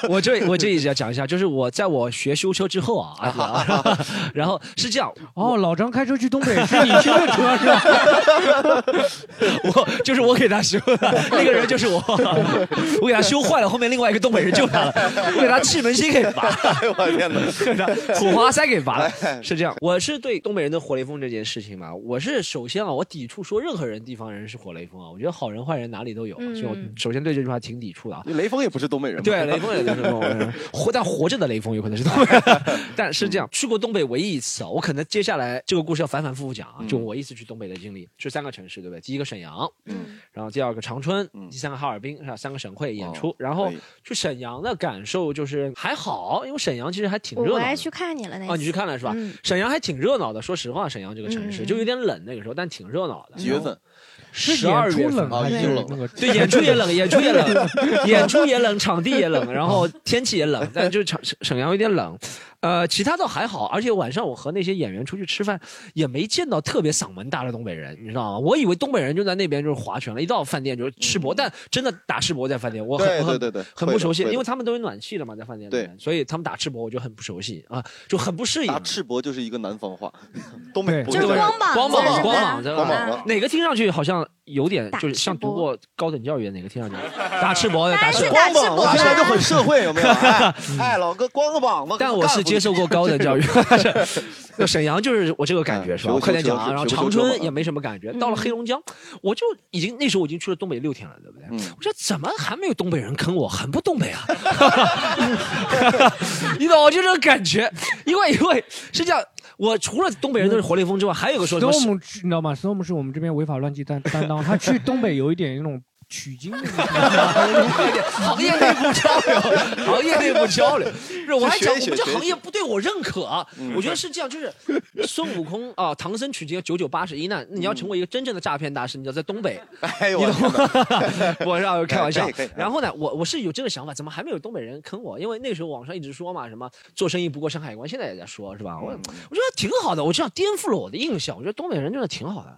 我这我这一下讲一下，就是我在我学修车之后啊，阿姨啊然后是这样，
哦，老张开车去东北是你修的车是吧？
我就是我给他修的，那个人就是我，我给他修坏了，后面另外一个东北人救他了，我给他气门芯给拔了，
哎呦我的天哪！
给他火花塞给拔了，是这样。我是对东北人的活雷锋这件事情嘛，我是首先啊，我抵触说任何人地方人是活雷锋啊，我觉得好人坏人哪里都有，
嗯
所以我首先对这句话挺抵触的啊。
雷锋也不是东北人嘛。
对，啊雷锋也就是东北人，活 <laughs> 但活着的雷锋有可能是 <laughs> 东北人，但是这样去过东北唯一一次啊，我可能接下来这个故事要反反复复讲啊，就我一次去东北的经历，去三个城市，对不对？第一个沈阳，
嗯
然后第二个长春，
嗯
第三个哈尔滨，是吧？三个省会演
哦
出，然后
可以
去沈阳的感受就是还好，因为沈阳其实还挺
我
热
我
闹
还
的。
去看你了那
啊，你去
次
看了是吧？
嗯
沈阳还挺热闹的，说实话，沈阳这个城市、
嗯嗯
就有点冷那个时候，但挺热闹的。
几月份？
是
十二
演
月
出
份
冷
啊
还
已
是
经冷
那个？
对，演出
<laughs>
也冷，演出也冷，演出也冷，场地也冷，然后天气也冷，但就是沈沈沈阳有点冷，呃，其他倒还好，而且晚上我和那些演员出去吃饭，也没见到特别嗓门大的东北人，你知道吗？我以为东北人就在那边就是划拳了，一到饭店就是吃博，但真的打吃博在饭店，我
嗯
很
对
我很
对对对，
很
会的
不熟悉，
会的
因为他们都有暖气了嘛，在饭店里
对
面，所以他们打赤膊我就很不熟悉啊，就很不适应
打。赤膊就是一个南方话，东北
对
不
就
会
是
这样
光膀子
光膀
是吧
光膀子
光膀子
啊
哪个听上去好像有点
打
就是像
赤膊
读过高等教育的哪个听
<laughs>
上去打赤膊的打
当然
赤
是
膊。嗯
打赤
膀
膊
子听着就
啦
<laughs>
很。社会，有没有？哎，哎老哥光个膀子，
但我是接受过高等教育，就沈阳就是我这个感觉
嗯
是
学
吧？
过
快点讲
修
啊！
车
然后
学过
长
修车
春
嘛
也没什么感觉，到了黑龙江，我就已经那时候我已经去了东北六天了，对不对？
嗯
我说怎么还没有东北人坑我？很不东
<laughs>
北啊！你懂，我就这个感觉，因为因为是这样，我除了东北人都是活雷锋之外，还有一个说什么是
storm 是你知道吗？storm 是我们这边违法乱纪担担当，他去东北有一点那种取经的意思。
<laughs> 行业内部交流，行业内部交流。是我还讲
学一
我
学
们这
学一嗯
行业
学
不对我认可啊，我觉得是这样，就是孙悟空啊，唐僧取经九九八十一难，你要成为一个真正的诈骗大师，你要在东北，
哎呦
你
我
懂
天哪，
吗？ <laughs> 我是啊开玩笑
哎可以可以。嗯
然后呢，我我是有这个想法，怎么还没有东北人坑我？因为那时候网上一直说嘛，什么做生意不过山海关，现在也在说，是吧？
嗯
我我觉得挺好的，我这样颠覆了我的印象，我觉得东北人真的挺好的。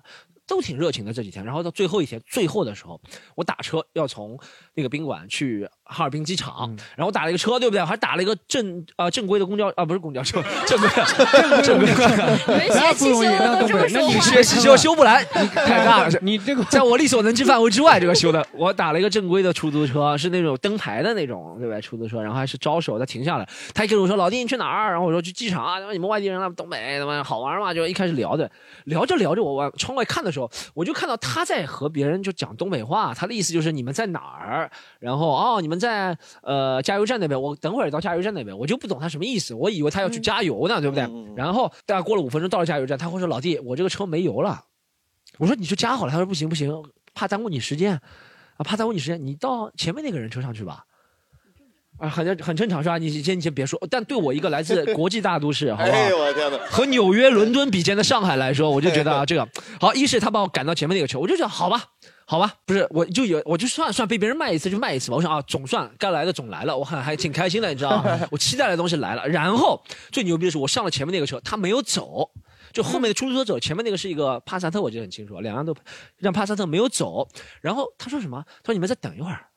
都挺热情的这几天，然后到最后一天，最后的时候，我打车要从那个宾馆去哈尔滨机场，
嗯
然后我打了一个车，对不对？还打了一个正呃正规的公交啊，不是公交车， <laughs> 正规的正规 <laughs> 的，
你们学
那不
汽
容易，那
修都
东
这
北
么
人，那
说
<laughs>
你
话，
学习修修不来，太大
<laughs>
了。
你这个
在我力所能及范围之外，这个修的，我打了一个正规的出租车，是那种灯牌的那种，对吧？出租车，然后还是招手，他停下来，他还跟我说：“老弟，你去哪儿？”然后我说：“去机场啊。”他妈你们外地人啊，东北他妈好玩嘛？就一开始聊的，聊着聊着，我往窗外看的时候，我就看到他在和别人就讲东北话，他的意思就是你们在哪儿？然后哦，你们在呃加油站那边，我等会儿到加油站那边，我就不懂他什么意思，我以为他要去加油呢，对不对？
嗯嗯嗯
然后大概过了五分钟到了加油站，他会说：“老弟，我这个车没油了。”我说你就加好了，他说不行不行，怕耽误你时间，啊，怕耽误你时间，你到前面那个人车上去吧。啊，很很正常是吧？你先你先别说，但对我一个来自国际大都市，好不
<laughs>
好？
哎呦我的天哪
和纽约、伦敦比肩的上海来说，我就觉得
<laughs>
啊，这个好，一是他把我赶到前面那个球，我就觉得好吧，好吧，不是，我就有我就算算被别人卖一次就卖一次吧，我想啊，总算该来的总来了，我还还挺开心的，你知
<laughs>
道吗？我期待的东西来了。然后最牛逼的是，我上了前面那个车，他没有走。就后面
嗯
的出租车走，前面那个是一个帕萨特，我记得很清楚，两辆都让帕萨特没有走。然后他说什么？他说你们再等一会儿，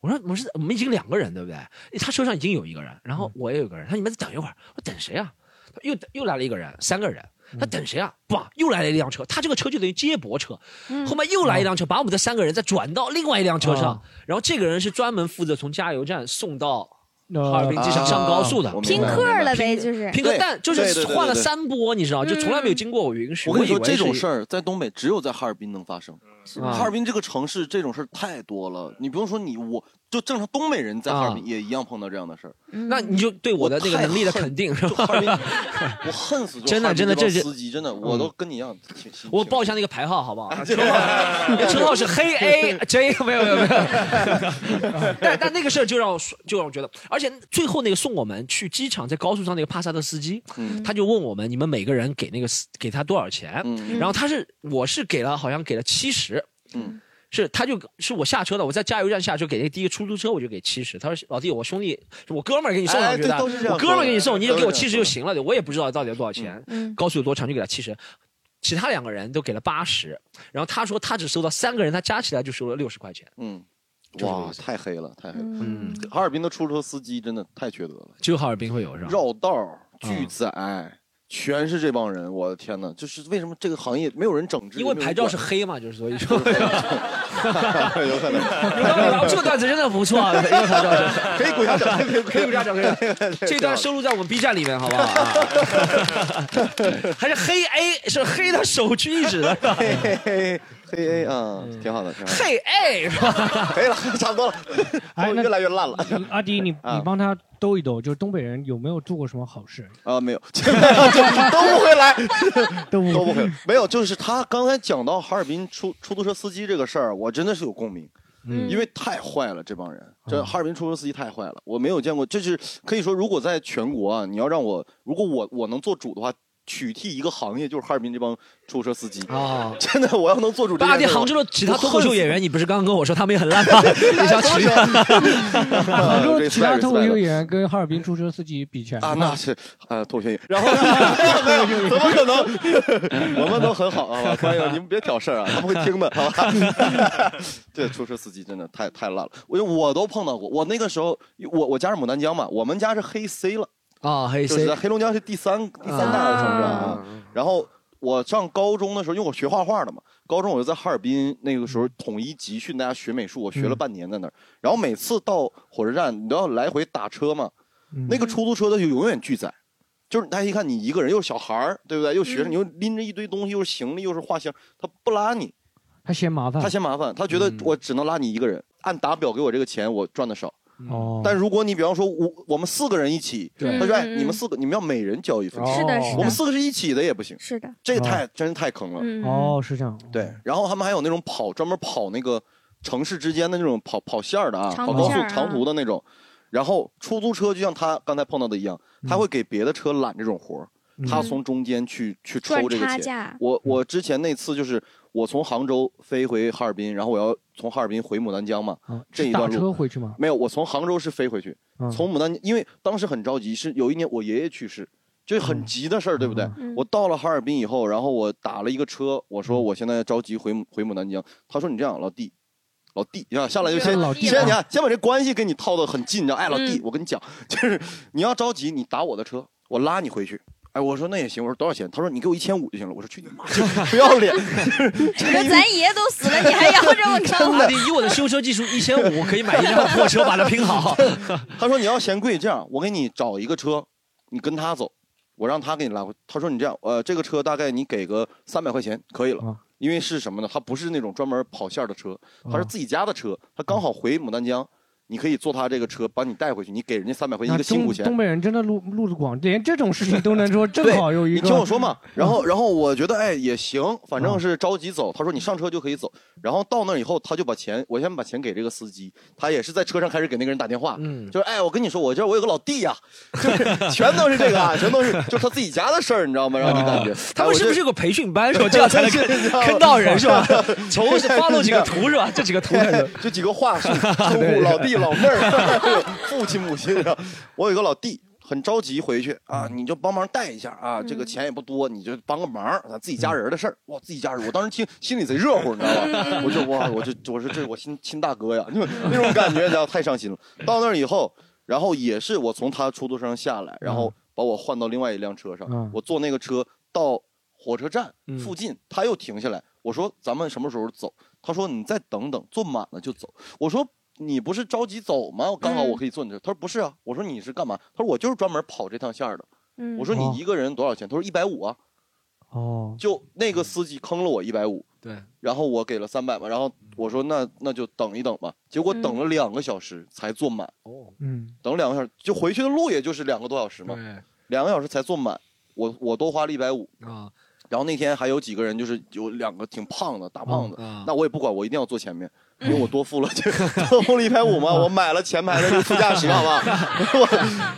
我说我们是我们已经两个人对不对？他车上已经有一个人，
嗯
然后我也有一个人。他说你们再等一会儿，我说等谁啊？他又又来了一个人，三个人。
嗯
他等谁啊？哇，又来了一辆车，他这个车就等于接驳车，
嗯
后面又来一辆车，把我们的三个人再转到另外一辆车上，
啊
然后这个人是专门负责从加油站送到
呃
哈尔滨机场上高速的，
啊我
拼客了呗，就是
拼个蛋，就
对
是
对对
换了
对对
三波，你知道，就从来没有经过我允许。
我跟你说，
以为
这
是
种事儿在东北只有在哈尔滨能发生。
啊
哈尔滨这个城市，这种事儿太多了。你不用说你，我就正常东北人在哈
啊
尔滨也一样碰到这样的事儿。
嗯
嗯
那你就对我的那个能力的肯定是吧？
我恨
<laughs>
死就
真的
哈尔滨
真
这
的
帮
这是嗯
司机真的，我都跟你一样。挺心
我报一下那个牌号好不好？
啊
<laughs> 车号车号是黑 A J，没有没有没有。 <laughs> 但但那个事儿就让我说就让我觉得，而且最后那个送我们去机场，在高速上那个帕萨特司机，
嗯
他就问我们你们每个人给那个司给他多少钱？
嗯
然后他是我是给了好像给了七十，
嗯，
是，他就是我下车的，我在加油站下车给那个第一个出租车我就给七十，他说老弟，我兄弟，我哥们儿给你送上去的，
哎对都是这样
我哥们儿给你
说
送，
的
你就给我
都是这
七
样
十就行了，对我也不知道到底有多少钱，
嗯
高速有多长就给他七十，其他两个人都给了八十，然后他说他只收到三个人，他加起来就收了六十块钱，
嗯，
就是这个
哇，
意思
太黑了，太黑了。
嗯，
哈尔滨的出租车司机真的太缺德了，
只有哈尔滨会有是吧？嗯
绕道儿拒载。全是这帮人，我的天哪！就是为什么这个行业没有人整治？
因为
没有人
牌照
管
是黑嘛，就是所以
<laughs>
说，
有
<laughs>
可能。
这个段子真的不 <laughs> 错，啊，因为
<laughs>
牌照是黑。
可以鼓掌
<laughs>
掌声，可以鼓
可以家长可以，这段收录在我们 B 站里
<laughs>
面，好不好 <laughs> 啊？还是黑 A 是黑的首屈一指的，是
<laughs>
吧？
嘿嘿嘿嘿嘿啊，
嗯
挺好的，挺好的。
嘿 A
<laughs>
是吧？
可以了，差不多了，
哎那
越来越烂了。
阿迪，你你帮他兜一兜，就是东北人有没有做过什么好事？
啊，没有，都不会来，
都
<laughs> 都不会，没有。就是他刚才讲到哈尔滨出出租车司机这个事儿，我真的是有共鸣，
嗯
因为太坏了，这帮人，这哈尔滨出租车司机太坏了，我没有见过。就是可以说，如果在全国啊，你要让我，如果我我能做主的话。取替一个行业就是哈尔滨这帮出租车司机
啊
<laughs> 真的，我要能做主这件事儿。
大地杭州的其他脱口秀演员，你不是刚刚跟我说他们也很烂
<laughs>
吗？你想取
杭州
这
其他
respect，
脱口
respect
秀演员跟哈尔滨出租车司机比起来
啊，那是呃，脱口秀演员。然 <laughs> 后没有，没有，怎么可能？ <laughs> 我们都很好，好吧？观众，你们别挑事儿啊，他们会听的，好吧？ <laughs> 这出租车司机真的太太烂了，我我都碰到过。我那个时候，我我家是牡丹江嘛，我们家是黑 C 了，
啊，黑
就是
C
在黑龙江是第三第三大的城市啊。然后我上高中的时候，因为我学画画的嘛，高中我就在哈尔滨那个时候统一集训大家学美术，我学了半年在那儿。然后每次到火车站，你都要来回打车嘛，那个出租车的就永远拒载。就是大家一看你一个人，又是小孩儿，对不对？又学生，你又拎着一堆东西，又是行李，又是画箱，他不拉你，
他嫌麻烦
他。嫌麻烦，他觉得我只能拉你一个人。按打表给我这个钱，我赚的少。
哦，
但如果你比方说我我们四个人一起，
对
他说哎，
嗯嗯
你们四个你们要每人交一分钱，
是的，
哦
是
我们
的，
四个是一起的也不行，
是的，
这个太真是太坑了。
嗯，
哦是这样。
对，然后他们还有那种跑专门跑那个城市之间的那种跑跑线儿的啊，
长
跑
途
高速
线儿啊
长途的那种。然后出租车就像他刚才碰到的一样，
嗯
他会给别的车揽这种活儿，他从中间去去抽
赚
这个
差
钱。
价，
我我之前那次就是我从杭州飞回哈尔滨，然后我要从哈尔滨回牡丹江嘛，
啊，
这
是
一
打
段路
车回去吗？
没有，我从杭州是飞回去，
嗯
从牡丹，因为当时很着急，是有一年我爷爷去世，这很急的事儿，对不对？
嗯
我到了哈尔滨以后，然后我打了一个车，我说我现在着急回回牡丹江，他说你这样，老弟。老弟，啊，下来就先
老弟
先你
啊
看，先把这关系给你套的很近，你知道？哎，老弟
嗯，
我跟你讲，就是你要着急，你打我的车，我拉你回去。哎，我说那也行，我说多少钱？他说你给我一千五就行了。我说去你妈，不要脸！
你说咱爷都死了，你还要这
嗯
么着？
阿弟以我的修车技术，一千五可以买一辆破车把它
<laughs>
拼好。
他说你要嫌贵，这样我给你找一个车，你跟他走，我让他给你拉回。他说你这样，呃，这个车大概你给个三百块钱可以了，
啊
因为是什么呢？他不是那种专门跑线儿的车，他
啊
是自己家的车，他刚好回牡丹江。你可以坐他这个车把你带回去，你给人家三百块钱
那
一个辛苦
东
钱。
东北人真的路路子广，连这种事情都
<laughs>
能说，正好有一个。
你听我说
<laughs>
嘛，然
嗯
后然后我觉得哎也行，反正是着急走。他说你上车就可以走，然后到那儿以后他就把钱，我先把钱给这个司机，他也是在车上开始给那个人打电话，
嗯，
就是哎我跟你说，我这儿我有个老弟呀、就是全都是这个，啊，全都是就是他自己家的事儿，你知道吗？然后就感觉、
<laughs> 他
哎我
们
这
是不是有个培训
<laughs>
班，说这样才能
对
坑
是这样
坑到
<laughs>
人是吧？从
对是这样
follow 几个图是吧？这几个图才能。
<laughs> 就几个话术，称呼老弟、老妹儿、父亲、母亲啊。我有一个老弟，很着急回去啊，你就帮忙带一下啊，这个钱也不多，你就帮个忙，咱自己家人的事儿。哇，自己家人，我当时听心里贼热乎，你知道吧？我就哇，我就我说这是我亲亲大哥呀，就那种感觉，你知道太伤心了。到那儿以后，然后也是我从他出租车上下来，然后把我换到另外一辆车上，
嗯
我坐那个车到火车站
嗯
附近，他又停下来。我说咱们什么时候走？他说你再等等，坐满了就走。我说你不是着急走吗？刚好我可以坐你这。他说不是啊。我说你是干嘛？他说我就是专门跑这趟线儿的。
嗯
我说
哦
你一个人多少钱？他说一百五啊。
哦，
就那个司机坑了我一百五，
对，
然后我给了三百嘛。然后我说那那就等一等吧。结果等了两个小时才坐满，
哦，
嗯，
等了两个小时就回去的路也就是两个多小时嘛，两个小时才坐满。我我多花了一百五，
啊，
然后那天还有几个人，就是有两个挺胖的大胖子，
嗯啊嗯
那我也不管，我一定要坐前面，因为我多付了 <laughs> 这多付了一百五嘛，我买了前排的这个副驾驶，好
<laughs>
不好？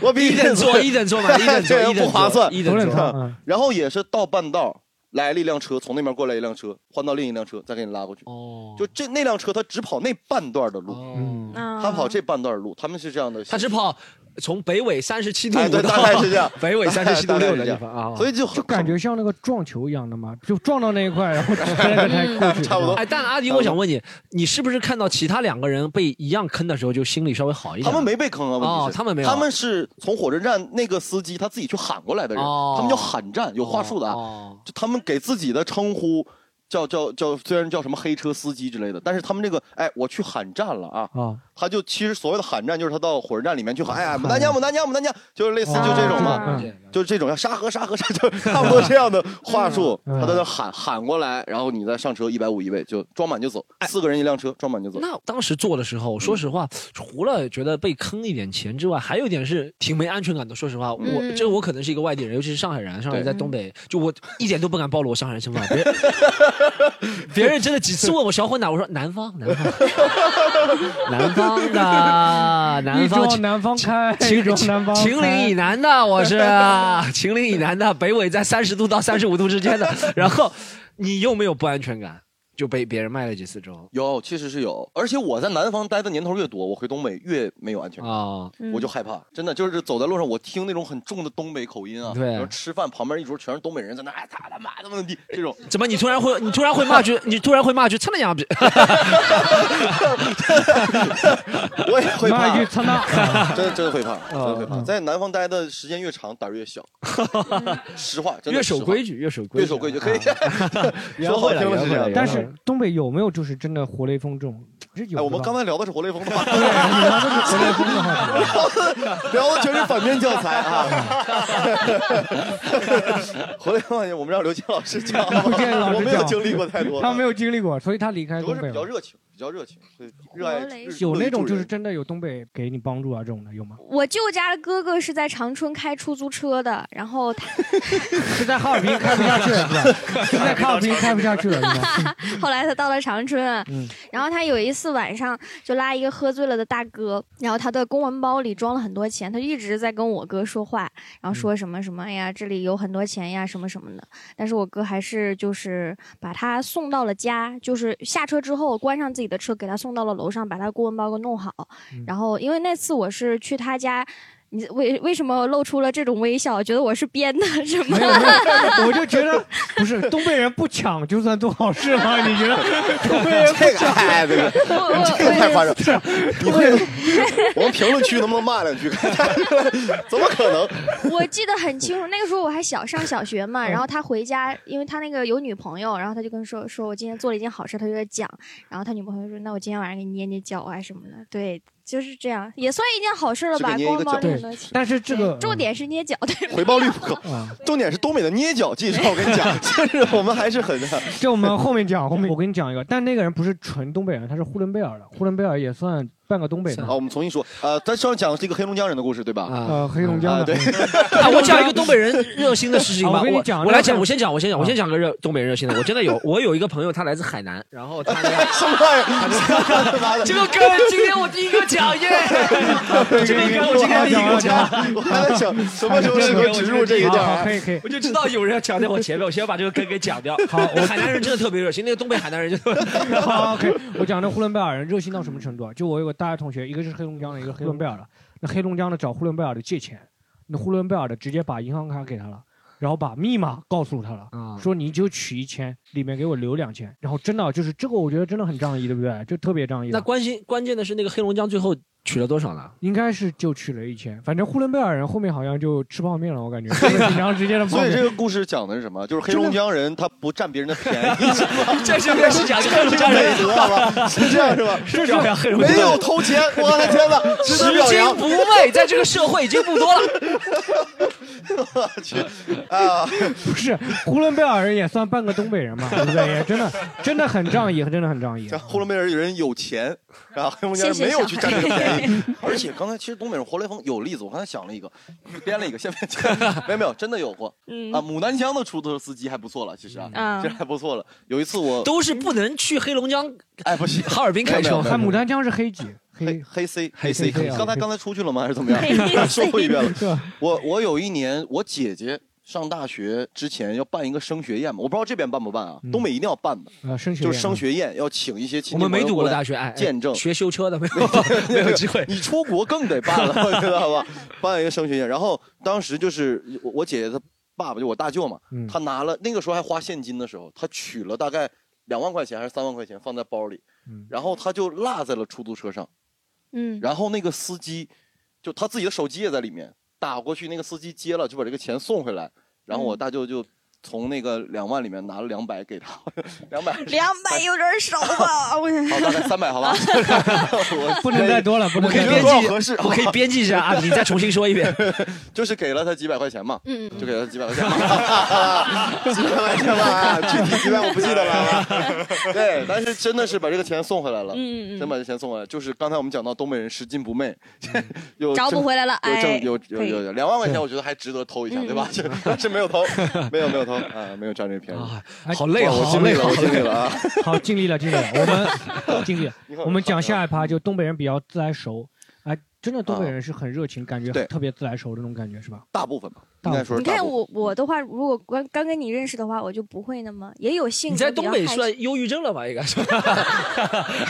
我我比
一等座，一等座
<laughs>
嘛，一等座，
这
一等座
不划算
一
有
等
点
座。
烫啊。
然后也是到半道来了一辆车，从那边过来一辆车，换到另一辆车，再给你拉过去。
哦，
就嗯这那辆车，它只跑那半段的路，
哦，
啊
它跑这半段路，他们是这样的形式。
他只跑从北纬三十七度
哎对
五
大概是这样
到北纬三十七度
大概
六
是
的
这
地
样
方啊。
所以就很
就感觉像那个撞球一样的嘛，就撞到那一块，
<laughs>
然后那个才过去。
差不多
哎，但阿迪，我想问你，你是不是看到其他两个人被一样坑的时候，就心里稍微好一
他
点？
们没被坑啊，问题是、
哦他们没有
他们是从火车站那个司机他自己去喊过来的人，
哦
他们叫喊站，有话术的啊，
哦
就他们给自己的称呼叫叫叫，虽然叫什么黑车司机之类的，但是他们这个哎，我去喊站了啊。
啊，
他就其实所谓的喊站，就是他到火车站里面去喊，
<laughs>
哎呀，牡丹江，牡丹江，牡丹江，就是类似就这种嘛，
啊
嗯
就是这种要沙河，沙河，沙河，就差不多这样的话术。
嗯
他在那喊喊过来，然后你再上车，一百五一位就装满就走，四个人一辆车，装满就走。
那当时做的时
嗯
候，说实话，除了觉得被坑一点钱之外，还有一点是挺没安全感的。说实话，我
嗯
这我可能是一个外地人，尤其是上海人，上海人
对
在东
嗯
北，就我一点都不敢暴露我上海人
<laughs>
身份。别人别人真的几次问我小伙哪，我说南方，南
<laughs>
方，南方的，
一
南方
撞
秦。
南方开，一
秦
撞南方开
秦岭以南的，我是啊
<laughs>
秦岭以南的，北纬在三十度到三十五度之间的。然后你有没有不安全感？就被别人卖了几次之后
有，其实是有，而且我在南方待的年头越多，我回东北越没有安全感。
啊，
我就害怕，真的就是走在路上，我听那种很重的东北口音啊，
对
然后吃饭旁边一桌全是东北人在那，哎，他他妈的么地这
<laughs>
种，
怎么你突然会你突然会
<laughs>
骂句你突然会骂句操你娘逼！
我也会
那
怕
一句，操那，
真真会怕，真会怕。
嗯
在南方待的时间越长，胆儿越
<laughs>
小，实话，真的
越
是
守
实话
规，矩越守规矩啊
越守规矩，可以 <laughs>
圆
说好
回来
听了
圆
是这
回
样
来
的。
但是东北有没有就是真的活雷锋这种？是有的
嗯
吧。
哎，我们刚才聊的是活雷锋
<laughs>
吧，
活雷锋的话，
<laughs> 聊的全是反面教材啊。 <laughs> 活雷锋，我们让刘健老师
<laughs>
讲，
刘健老师
我没有
讲
经历过太多，
他没有经历过，所以他离开
主要
东
是
北
比较
了。
热情，比较热情，会热爱
活雷
日
有那种
乐于助
就是
人
真的有东北给你帮助啊这种的
<laughs>
有吗？
我舅家的哥哥是在长春开出租车的，然
<laughs>
后他
是在哈尔滨开不下去了，是吧？是在哈尔滨开不下去了，是
<laughs>
吧？
后来他到了长春啊，
嗯
然后他有一次晚上就拉一个喝醉了的大哥，然后他的公文包里装了很多钱，他就一直在跟我哥说话，然后
嗯
说什么什么，哎呀，这里有很多钱呀，什么什么的。但是我哥还是就是把他送到了家，就是下车之后关上自己的车，给他送到了楼上，把他公文包给弄好。
嗯
然后因为那次我是去他家。你为为什么露出了这种微笑？觉得我是编的是吗？
没有没有，我就觉得不是东北人不抢就算做好事
<laughs>
吗？你觉得东北人
这个哎，这个
我我
这个太夸张
啊
了。你会，我们评论区能不能骂两句？ <laughs> 怎么可能？
我记得很清楚，那个时候我还小，上小学嘛。然后他回家，因为他那个有女朋友，然后他就跟说说，我今天做了一件好事，他就在讲。然后他女朋友说，那我今天晚上给你捏捏脚啊什么的。对，就是这样，也算一件好事了吧？
是给捏一
光
个
包
脚
那么多钱。
但是这个
对重点是捏脚，对。
回报率不高。
啊，
重点是东北的捏脚技术，我跟你讲， <laughs> 就是我们还是很
这我们后面讲，后面我跟你讲一个，但那个人不是纯东北人，他是呼伦贝尔的，呼伦贝尔也算半个
<laughs>
东北嘛
啊，。我们重新说，呃，咱上次讲的是一个黑龙江人的故事，对吧？ <laughs>
呃，黑龙江
啊，
的
对，
啊，我讲一个东北人热心的事情吧。
啊我跟你讲
我来讲，啊
那
我先讲，我先讲，我先讲个热东北人热心的。我真的有，我有一个朋友，他来自海南，然后他
什么玩意儿？妈的
<laughs> 这个梗今天我第一个讲耶，这个梗我今天第一个讲。
我还在想什么时候适合植入这个
好 <laughs> 好，
叫
可以可以。
<laughs> 我就知道有人要讲在我前面，我先把这个梗给讲掉。 <laughs> 好，海南人真的特别热心，那个东北海南人就 <laughs>
好，OK，我讲这呼伦贝尔人热心到什么程度啊？就我有个大学同学，一个是黑龙江的，一个黑龙贝尔的。那黑龙江的找呼伦贝尔的借钱，那呼伦贝尔的直接把银行卡给他了，然后把密码告诉他了，
啊
说你就取一千，里面给我留两千。然后真的就是这个，我觉得真的很仗义，对不对？就特别仗义的。
那关心关键的是那个黑龙江最后取了多少呢？
应该是就取了一千，反正呼伦贝尔人后面好像就吃泡面了，我感
<laughs>
觉就是经常直接的泡
所以这
面。
个故事讲的是什么？就是黑龙江人他不占别人的便
<laughs>
宜，是吧？
<laughs> 这是 <laughs> 是讲黑龙
这个
江
美
人，
德好吧？是这样是吧？
<laughs> 是表扬黑龙江
没
人
有偷钱，我的天
<laughs>
哪，值
拾
得表
金
扬！ <laughs>
不昧，在这个社会已经不多了。
我去啊！
<laughs> 不是，呼伦贝尔人也算半个东北人嘛，对不对？也真的真的很仗义，真的很
<laughs>
仗义。
像呼伦贝尔人有钱，然后黑龙江人没有去占这个便 <laughs> 宜。而且刚才其实东北人活雷锋有例子，我刚才想了一个，编了一个，先别讲，没有没有，真的有过
嗯
啊。牡丹江的出租车司机还不错了，其实啊，
嗯
其实还不错了。有一次我
都是不能去黑
<laughs>
龙江、
哎不行，
哈尔滨开
没有
车
没。有
看牡丹江是黑几？
黑
黑
黑 C
黑 C，
C，
黑 C
刚才刚才出去了吗？还是怎么 <laughs> 样？
黑 C
说过一遍了。
是吧？
我我有一年，我姐姐上大学之前要办一个升学宴嘛，我不知道这边办不办啊，
嗯
东北一定要办的，
呃，升学
就是升
院
学宴要请一些
我
亲戚
们
朋
没
友
读
过
过
来
大学，哎，
见证
学修车的没
<laughs>
有 <laughs> 没有机会。
<laughs> 你出国更得办了，我觉得好吧？办一个升学宴，然后当时就是我我姐姐她爸爸就我大舅嘛，
嗯
他拿了那个时候还花现金的时候，他取了大概两万块钱还是三万块钱放在包里，
嗯
然后他就落在了出租车上，
嗯，
然后那个司机就他自己的手机也在里面，打过去那个司机接了就把这个钱送回来，然后我大舅就从那个两万里面拿了两百给他，两百。
两百有点少吧？我
好，大概三百，好
<laughs>
吧。 <laughs> 我
不能再多了，不能
我可以
觉
再
得
多
多少
编
了。
辑
合
<laughs>
适
我可以编辑一下啊，你再重新说
<laughs>
一遍。
就是给了他几百块钱嘛， <laughs>
嗯
就给了几百块钱，几百块钱吧，具体几百我不记得
<laughs>
了啊。对，但是真的是把这个钱送回来了，
嗯嗯
真把这钱送回来。就是刚才我们讲到东北人拾金不昧， <laughs> 有
嗯，找
挣
补回来了，
有
哎
挣，有有
可以嗯
有有两万块钱，我觉得还值得偷一下，对吧？ <laughs> 这这没有偷，没有没有偷啊，没有占这个便宜。
啊，
哎
好累，
哇我
好
尽力
累，
了，我
好
尽力
累。
了啊！
好，尽力了，尽力了，我
<laughs>
们尽力了。
你看
我们讲下一趴，就东北人比较自来熟，哎，真的东北
啊
人是很热情，感觉
对
特别自来熟的那种感觉，是吧？
大部分吧，
大
应该
部分
说是
你
大
看
部分。
我我的话，如果刚刚跟你认识的话，我就不会那么也有性格
你在
比
东
较
北
害羞
算忧郁症了吧？应该
<laughs>
是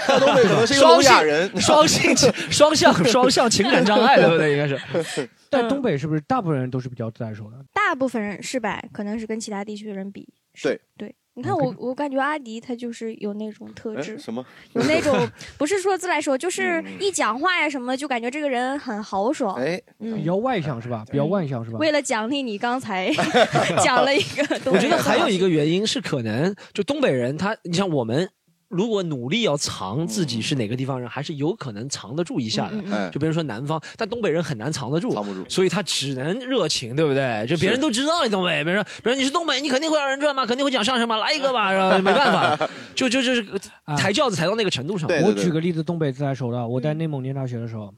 大东北可
<laughs>
能是一个
双
聋哑
性
人，
双性双向双向情感障碍，对不对？应该
<laughs>
是。
但东北是不是大部分人都是比较自来熟的？
大部分人是吧？可能是跟其他地区的人比。是
对
对，你看我，我感觉阿迪他就是有那种特
哎
质，
什么？
有那种不是说自来熟，就是
嗯
一讲话呀什么，就感觉这个人很豪爽。
哎，
比
嗯，
较外向是吧？比较外向是吧？
为了奖励你刚才讲了一个东
我
北
觉
人
得还有一个原因是，可能就东北人他，你像我们，如果努力要藏自己是哪个地方人，还是有可能藏得住一下的。
嗯嗯嗯
哎，
就比如说南方，但东北人很难藏得住，
藏不住
所以他只能热情，对不对？就别人都知道你东北，别人说，别人你是东北，你肯定会二人转嘛，肯定会讲相声嘛，来一个
<laughs>
吧，然后没办法，就就就是
啊
抬轿子抬到那个程度上。
对
我举个例子，东北自来熟的，我在内蒙念大学的时候，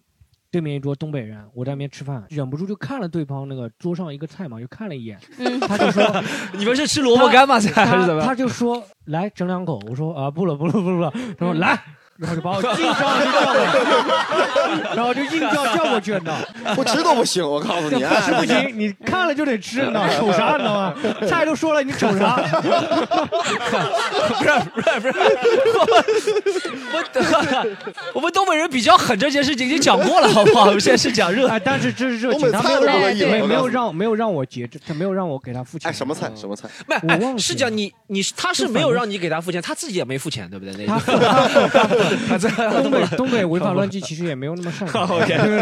对面一桌东北人，我在那边吃饭，忍不住就看了对方那个桌上一个菜嘛，就看了一眼，
嗯
他就说，
你们是吃萝卜干吗？才还是怎么样？
他他就说来整两口，我说啊不了不了不了，他说来。然后就把我硬叫硬叫过，然后就硬叫叫过去，你知道吗？
不吃都不行，我告诉你，
<laughs> 不吃
哎
不行，你看了就得吃，你知道吗？瞅啥，你知道吗？菜都说了，你瞅啥？
不是 <laughs> 不是不是，我 <laughs> 我我们东北人比较狠这件事情已经讲过了，好不好？我们现在是讲热
<laughs> 哎，但是这是热
东
情，
北
他没
菜
有
都
让
不
哎
乐意，
对
没
我
没
告
有
诉你
让我没有让我结账，他没有让我给他付钱。嗯
哎什么菜什么菜？
不是，
我忘
哎，
记
是
了
讲你你是他是没有让你给他付钱，他自己也没付钱，对不对？那
他 <laughs>
个
付了
他在 <laughs>
东北东北违法乱纪其实也没有那么善良。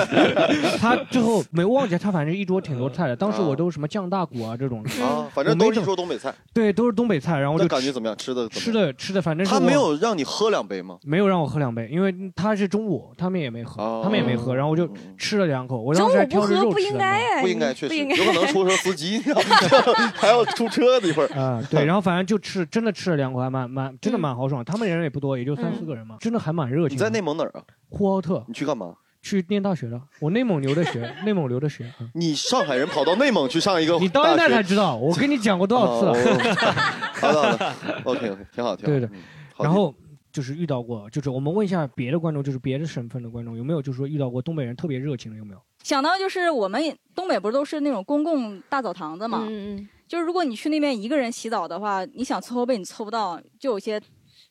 <laughs> 他最后没忘记，他反正一桌挺多菜的，当时我都什么酱大骨啊这种，
嗯
啊，反正都是一桌东北菜，
对，都是东北菜，然后
那
就
感觉怎么样？吃的怎
吃
么样？
的吃的，反正是
他没
我
有让你喝两杯吗？
没有让我喝两杯，因为他是中午，他们也没喝
哦，
他们也没喝，然后我就
嗯
吃了两口，我当
中
时还
午不
挑着
喝
肉
不
吃的
应
呢。
该呀，
哎
不应该，
你
确
不
实
应该
有可能出车司机，
<laughs>
还要出车的一会儿。 <laughs>
嗯
啊、对，然后反正就吃，真的吃了两口，还蛮蛮，真的蛮豪爽。他们人也不多，也就三四个人嘛，真的的还蛮热
嗯
情的。
你在内蒙哪儿啊？
呼和浩特。
你去干嘛？
去念大学的，我内蒙留的
<laughs>
学，内蒙留的学。嗯
你上海人跑到内蒙去上一个大学，哦你
到现在才知道，我跟你讲过多少次了。
<laughs> 好的好的，OK OK，挺好挺好。
对对
嗯好
然后就是遇到过，就是我们问一下别的观众，就是别的省份的观众有没有，就是说遇到过东北人特别热情的有没有？
想到就是我们东北不是都是那种公共大澡堂子嘛，
嗯
就是如果你去那边一个人洗澡的话，你想凑合被你凑不到，就有些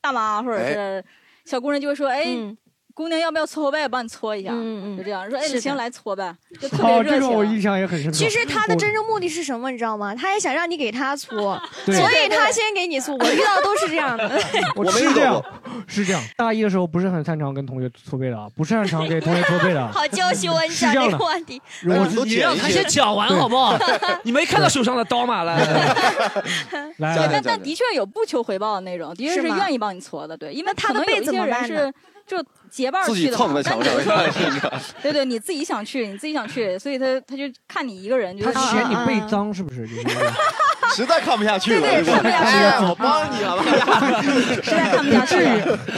大妈或者是小姑娘就会说，哎。
嗯
姑娘，要不要搓背？帮你搓一下，
嗯嗯
就这样说。哎，
是的
行，来搓呗，就特别
哦，这
热
个
情。啊
我印象也很深刻。
啊其实他的
我
真正目的是什么，你知道吗？他也想让你给他搓，所
对
以他先给你搓。我遇到的都是这样的。
<laughs> 我是这样，是这样。大一的时候不是很擅长跟同学搓背的啊，不是擅长给同学搓背的啊。
好教训我，你
是
讲
这样
这个
的
问题。
如
嗯
果是
你让他先讲完好不好？ <laughs> 你没看到手上的刀吗？来来
哎
来，
来
对，
来
但但的确有不求回报的那种，的确
是
是
吗
愿意帮你搓的，对，因为
他
可
的
能有
被
一
怎
些
么
人
办
是
呢
就结伴儿
自己
去的嘛
蹭在
但
墙
你
上
就说
看是吧？
对对，你自己想去，你自己想去，所以他他就看你一个人，就是
他嫌你背
啊啊
脏是不是？就是
<laughs> 实在看不下去了，
对对
是吧
看不下去
哎我帮你好吧？
实在看不下去。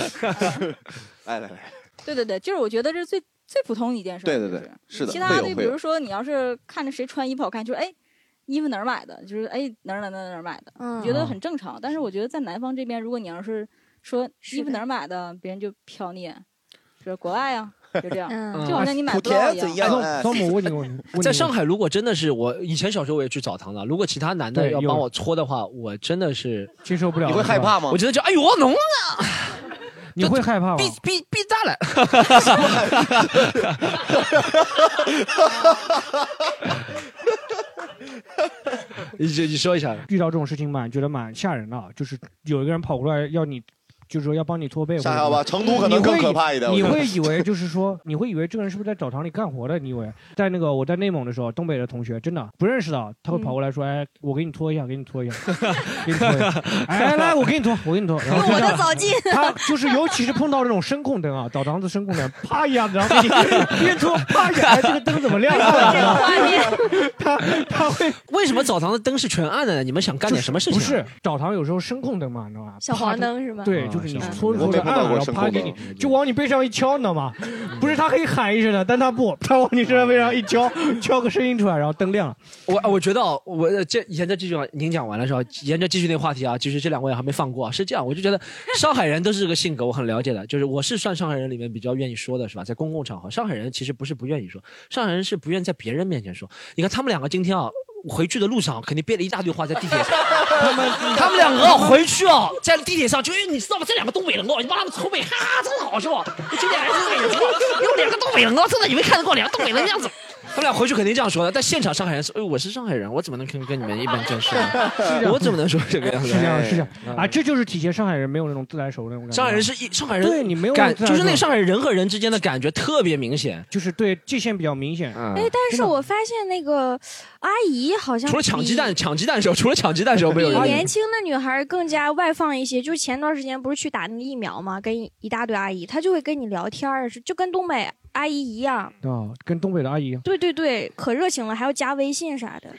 哎来来来，
对对对，就是我觉得这是最最普通的一件事。
对对对
就是
是的
其
会
他
有
就
会
比
有
如说，你要是看着谁穿衣服好看，就是哎，衣服哪儿买的？就是哎哪儿哪儿哪儿哪儿买的，
嗯
觉得很正常。但是我觉得在南方这边，如果你要是说
是
衣服
的
哪儿买的，别人就瞟你，说国外啊，就这样，
嗯
就好像你买
莆
不到
田
一
怎
样。
样？
哎，
哎
汤姆，我问你个问题，
在上海，如果真的是我以前小时候我也去澡堂的，如果其他男的
对
要
有
帮我搓的话，我真的是，
接受不了，
你会害怕？吗
我？觉得就哎呦浓啊，
你会害怕吗
闭？闭闭大了， <laughs> 你就你说一
<laughs>
下，
遇到这种事情蛮觉得蛮吓人的啊，就是有一个人跑过来要你，就是说要帮你搓 <laughs> 背，
吓好吧，？成都可能更可怕一点。
你
我觉
会
得
以为就是说，你会以为这个人是不是在澡堂里干活的？你以为在那个我在内蒙的时候，东北的同学真的不认识的，他会
嗯
跑过来说：“哎，我给你搓一下，给你搓一下，给你搓一下。”哎，来来，我给你搓，我给你搓。然后
用我
就这
的
样。
澡巾，
他就是，尤其是碰到这种声控灯啊，澡堂子声控灯，啪一下子，然后给
<laughs>
你边搓啪一下，哎这个灯怎么亮
这个
了？
画面
他他会
为什么澡堂的灯是全暗的呢？你们想干点什么事情？啊
不是澡堂有时候声控灯嘛，你知道吧？
小
啪
黄。灯是吗？
对，
啊
就是你
小黄
搓着
灯
搓着
我没碰到
按了，
过
然后
声
啪
控
给
灯
你，就往你背上一敲，你知道吗？
嗯
<laughs> 不是他可以喊一声的，但他不，他往你身上背上一敲，敲个声音出来，然后灯亮了。
我我觉得哦我呃这沿着继续往您讲完了是吧？沿着继续那个话题啊，就是这两位还没放过啊，是这样，我就觉得上海人都是这个性格，我很了解的，就是我是算上海人里面比较愿意说的是吧？在公共场合，上海人其实不是不愿意说，上海人是不愿意在别人面前说。你看他们两个今天啊。回去的路上肯定憋了一大堆话在地铁上，他们他们两个啊回去啊，在地铁上就因为你知道吗？这两个东北人哦，你帮他们臭美，哈哈，真好笑。就两个东北人哦，有两个东北人哦，真的以为看得惯两个东北人的样子。他们俩回去肯定这样说的，但现场上海人说：“哎，我是上海人，我怎么能跟跟你们一般见识呢？我怎么能说这个样子
是这样，是这样
嗯
啊，这就是体现上海人没有那种自来熟的那种感？”觉。啊
上海人是一上海人，
对你没有
感，
自来
就是那
熟
上海人人和人之间的感觉特别明显。
就是对界限比较明显。
嗯，
哎，但是我发现那个阿姨好像
除了抢鸡蛋，抢鸡蛋的时候，除了抢鸡蛋的时候没
比
有
年
人。
轻的女孩更加外放一些。就是前段时间不是去打那个疫苗嘛，跟一大堆阿姨，她就会跟你聊天儿，是就跟东北阿姨一样。
啊，跟东北的阿姨一样。
对对对，可热情了，还要加微信啥的。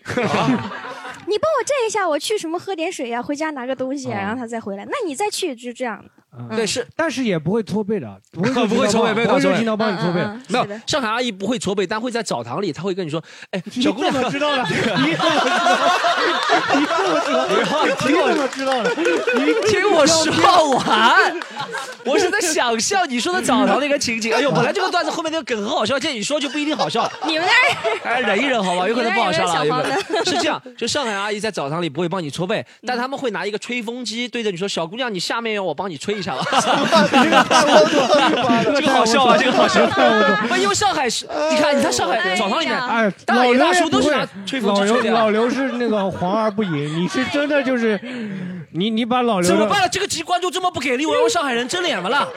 你帮我这一下，我去什么喝点水呀、回家拿个东西、啊，然后她再回来。那你再去，就这样。
啊
对，是
但是也不会搓背的，不会
<laughs> 不会搓背没有
不会
搓背
热情到帮你搓背。
嗯嗯嗯
没有
是的
上海阿姨不会搓背，但会在澡堂里，她会跟你说：“哎，
你
小姑娘
怎，么知道的？
<laughs>
你怎么知道的？你怎么知道的？你怎么知道的？你
听我说完， <laughs> 我是在想象你说的澡堂那个情景。哎呦，本来这个段子后面那个梗很好笑，这你说就不一定好笑了。
你们那儿
哎，忍一忍好吧，有可能不好笑了，
有
有
点
可
有点
能是这样。就上海阿姨在澡堂里不会帮你搓背，但他们会拿一个吹风机对着你说：“小姑娘，你下面有我帮你吹一下吧。 <laughs>
这
这个好笑啊，这个好笑。不，因为上海是，你看你看上海澡堂里面，
哎，
大
老
爷
刘
大
也
叔
不
都是
会
拿吹风
老
机吹的啊
刘
呀
老刘是那个黄而不淫，你是真
<laughs>
的就是，你你把老
怎
刘
么
的
办了？啊这个集观众这么不给力，我要上海人真脸了。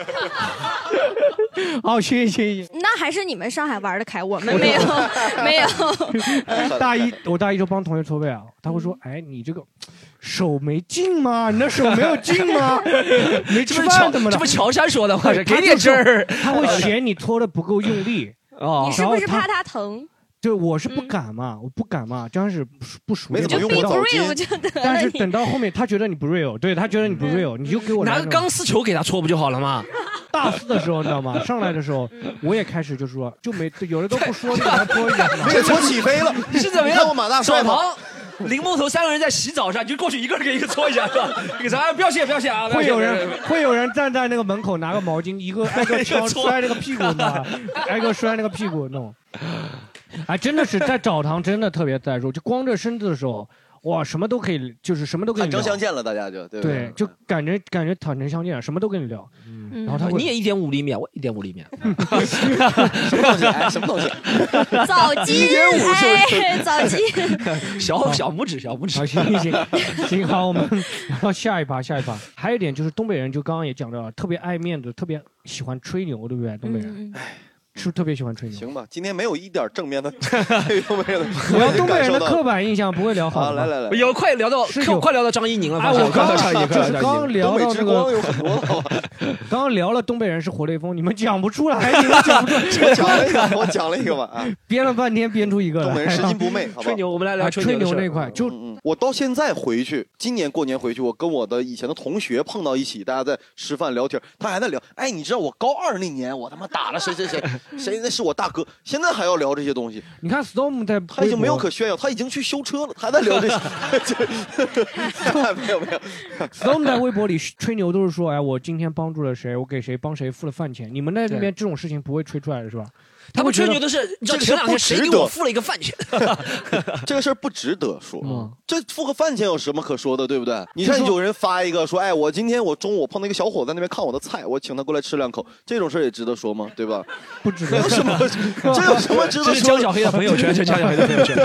哦，行行行，
那还是你们上海玩的开，我们没有没有。
<laughs> 大一我大一就帮同学搓背啊，他会
嗯
说，哎，你这个手没劲吗？ <laughs> 你那手没有劲
<laughs>
吗？没
这
吃
不是
饭
乔，
怎么
这
的
不？乔杉 <laughs> 说的话，
对
是给点劲儿
他会嫌你搓的不够用力。
哦
你是不是怕她疼？
对，我是不敢
嗯
嘛，我不敢嘛，这样是不熟不熟
没
练
怎么
不
用
知
过
道
澡
不 real
巾，
就得
但
了
<laughs>
是
你
等到后面，他觉得你不 real，对他觉得你不 real，你就给
嗯
我
拿
来
个
那种
钢丝球给他戳不就好了吗？
大大四的时候，你知道吗？上来的时候，
嗯
我也开始就说，就没有人都不说，你还
<laughs>
说一点。
这搓起
<laughs>
飞了
<laughs> 你是怎么
你
样？
看过马大帅吗
小唐、林梦头三个人在洗澡上，你就过去一个人给一个搓一下，是吧？给咱不要谢，不要谢啊！不要
会
谢
有人会有人站在那个门口拿个毛巾，一个挨 <laughs> 个敲
搓
摔那个屁股，你知道吗？挨个摔那个屁股，那种。哎，真的是在澡堂真的特别在入，就光着身子的时候，哇，什么都可以，就是什么都可以
坦
聊
诚。相见了，大家就对不
对，就感觉感觉坦诚相见，什么都跟你聊。然后他会
你也一点五厘米，啊，我一点五厘 <laughs> 米啊。
什么东西？哎，什么东西？
早
<laughs> 一
鸡，
点五是 <laughs> 不
哎，早鸡，
小小拇指，小拇指
好，。行行行，行好，我们然后下一趴，下一趴。还有一点就是东北人，就刚刚也讲到了，特别爱面子，特别喜欢吹牛，对不对？东北人、
嗯
是不是特别喜欢吹牛？
行吧，今天没有一点正面的， <laughs> 都没有。
<laughs> 我要东北人的
感受
刻板印象不会聊
到
好
啊，
的吗
来来来，
有快聊到
是，
快
有
快聊到张怡宁了。
啊，
发现
我刚
快到张 <laughs> 怡宁，快到
就是
张怡宁
刚聊
东北
到
之
这
光
个，
有很多
<laughs>
好吧？
刚刚聊了东北人是活雷锋，你们讲不
<laughs>
出来，你们讲不出来，
我讲了一个，我讲了一个吧啊，
编了半天编出一个
东
来
北。人拾金不昧，好吧
吹？牛，我们来聊
啊，吹
的
牛
事儿
那块就
嗯嗯，我到现在回去，今年过年回去，我跟我的以前的同学碰到一起，大家在吃饭聊天，他还在聊。哎，你知道我高二那年，我他妈打了谁谁谁，谁那是我大哥，现在还要聊这些东西，
你看 Storm 在微博，
他已经没有可炫耀，他已经去修车了，他还在聊这
<laughs>
些， <laughs> 就没有没有，
Storm 在微博里吹牛，都是说，哎，我今天帮助了谁，我给谁帮谁付了饭钱。你们在那边这种事情不会吹出来的是吧？
他们吹
觉得
牛都是，你知道
这个
前两
不
天谁
值
给
得
我付了一个饭钱？
这个事儿不值得说。
嗯
这付个饭钱有什么可说的，对不对？你看有人发一个说，哎，我今天我中午我碰到一个小伙子在那边看我的菜，我请他过来吃两口，这种事儿也值得说吗？对
<laughs>
吧？
不值
没
得
有。什么，这有什么值
这
<laughs>
得
是
说啊
江
的？
小黑的朋友圈，这是江小黑的朋友 <laughs> 圈。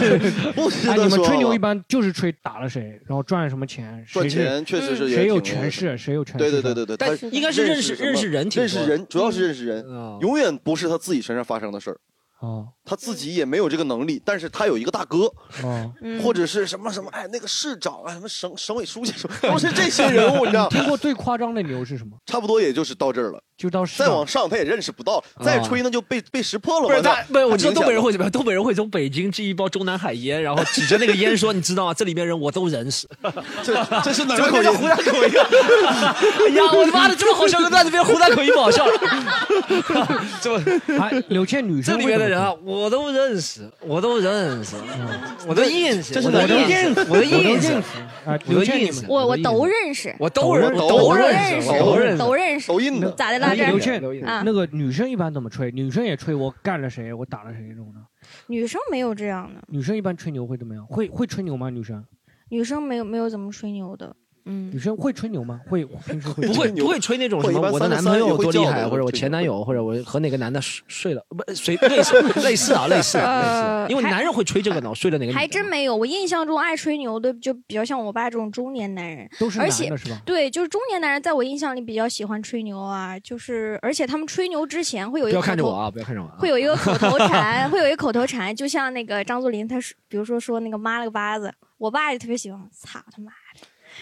不值
哎，
得
你们
说。
吹
好
牛
吧
一般就是吹打了谁，然后赚了什么钱，谁
赚
是
钱确实是也
谁有
挺那个的。
权势，谁有权势。
对对对对对，
但
他
应该是认识
什么
认识人挺多
认识人，主要是认识
嗯
人，
啊
永远不是他自己身上发生的事儿，
哦
他自己也没有这个能力，但是他有一个大哥，
哦，
嗯
或者是什么什么，哎，那个市长啊，什么省省委书记，什么都是这些人物，你知道，
<laughs> 听过最夸张的牛是什么？
差不多也就是到这儿了，
就到市
再
场
往上他也认识不到，再吹那就被被识破了
不
嘛。
是他，不是我知道
很明显
东北人会怎么样？东 <laughs> 北人会从北京寄一包中南海烟，然后指着那个烟说：“你知道吗？这里面人我都认识。
这这是哪
就
儿
跟
口
那
音？
湖南口音。哎呀，我的妈的，这么好笑的段子，变湖南口音不 <laughs> 好笑了。 <laughs> 这么
哎，柳倩女
这
生
里面的人
为
啊，我都认识，我都认识，我都认识，
这是
我都
哪个
认 <laughs> 识，我都认识，
什么，
我
哎，
都
柳倩啊你
认
们
识，
我我都认识，
我都认，
都
我
都
都
认
认
识
识，我都认识，
都认识
抖，音的，
咋的啦？这
柳
儿
倩
啊
那个女生一般怎么吹？女生也吹我干了谁，我打了谁这种的。
女生没有这样的，
女生一般吹牛会怎么样？会会吹牛吗？女生
女生没有没有怎么吹牛的，
女
嗯，
生会吹牛吗？会平时
<laughs>
会
不
吹
会
牛吗
不会吹那种什
我
么
一般
我的
三十
男
三
朋
也
友
会
多厉
叫
害，
的
或者我
这个
前男友，或者我和哪个男的睡睡了，不谁类似类似啊类似啊，类
呃
似因为
还
男人会吹这个呢，睡了哪个女的
还真没有。我印象中爱吹牛的就比较像我爸这种中年男人，
都是
而
男
且
的是吧？
对，就是中年男人，在我印象里比较喜欢吹牛啊，就是而且他们吹牛之前会有一
不
个
要看着
口
我
头
啊，不要看着我啊，
会有一个口头禅，
<laughs>
会有一个口头禅，就像那个张作霖，他是比如说说那个妈了个巴子，我爸就特别喜欢，操他妈，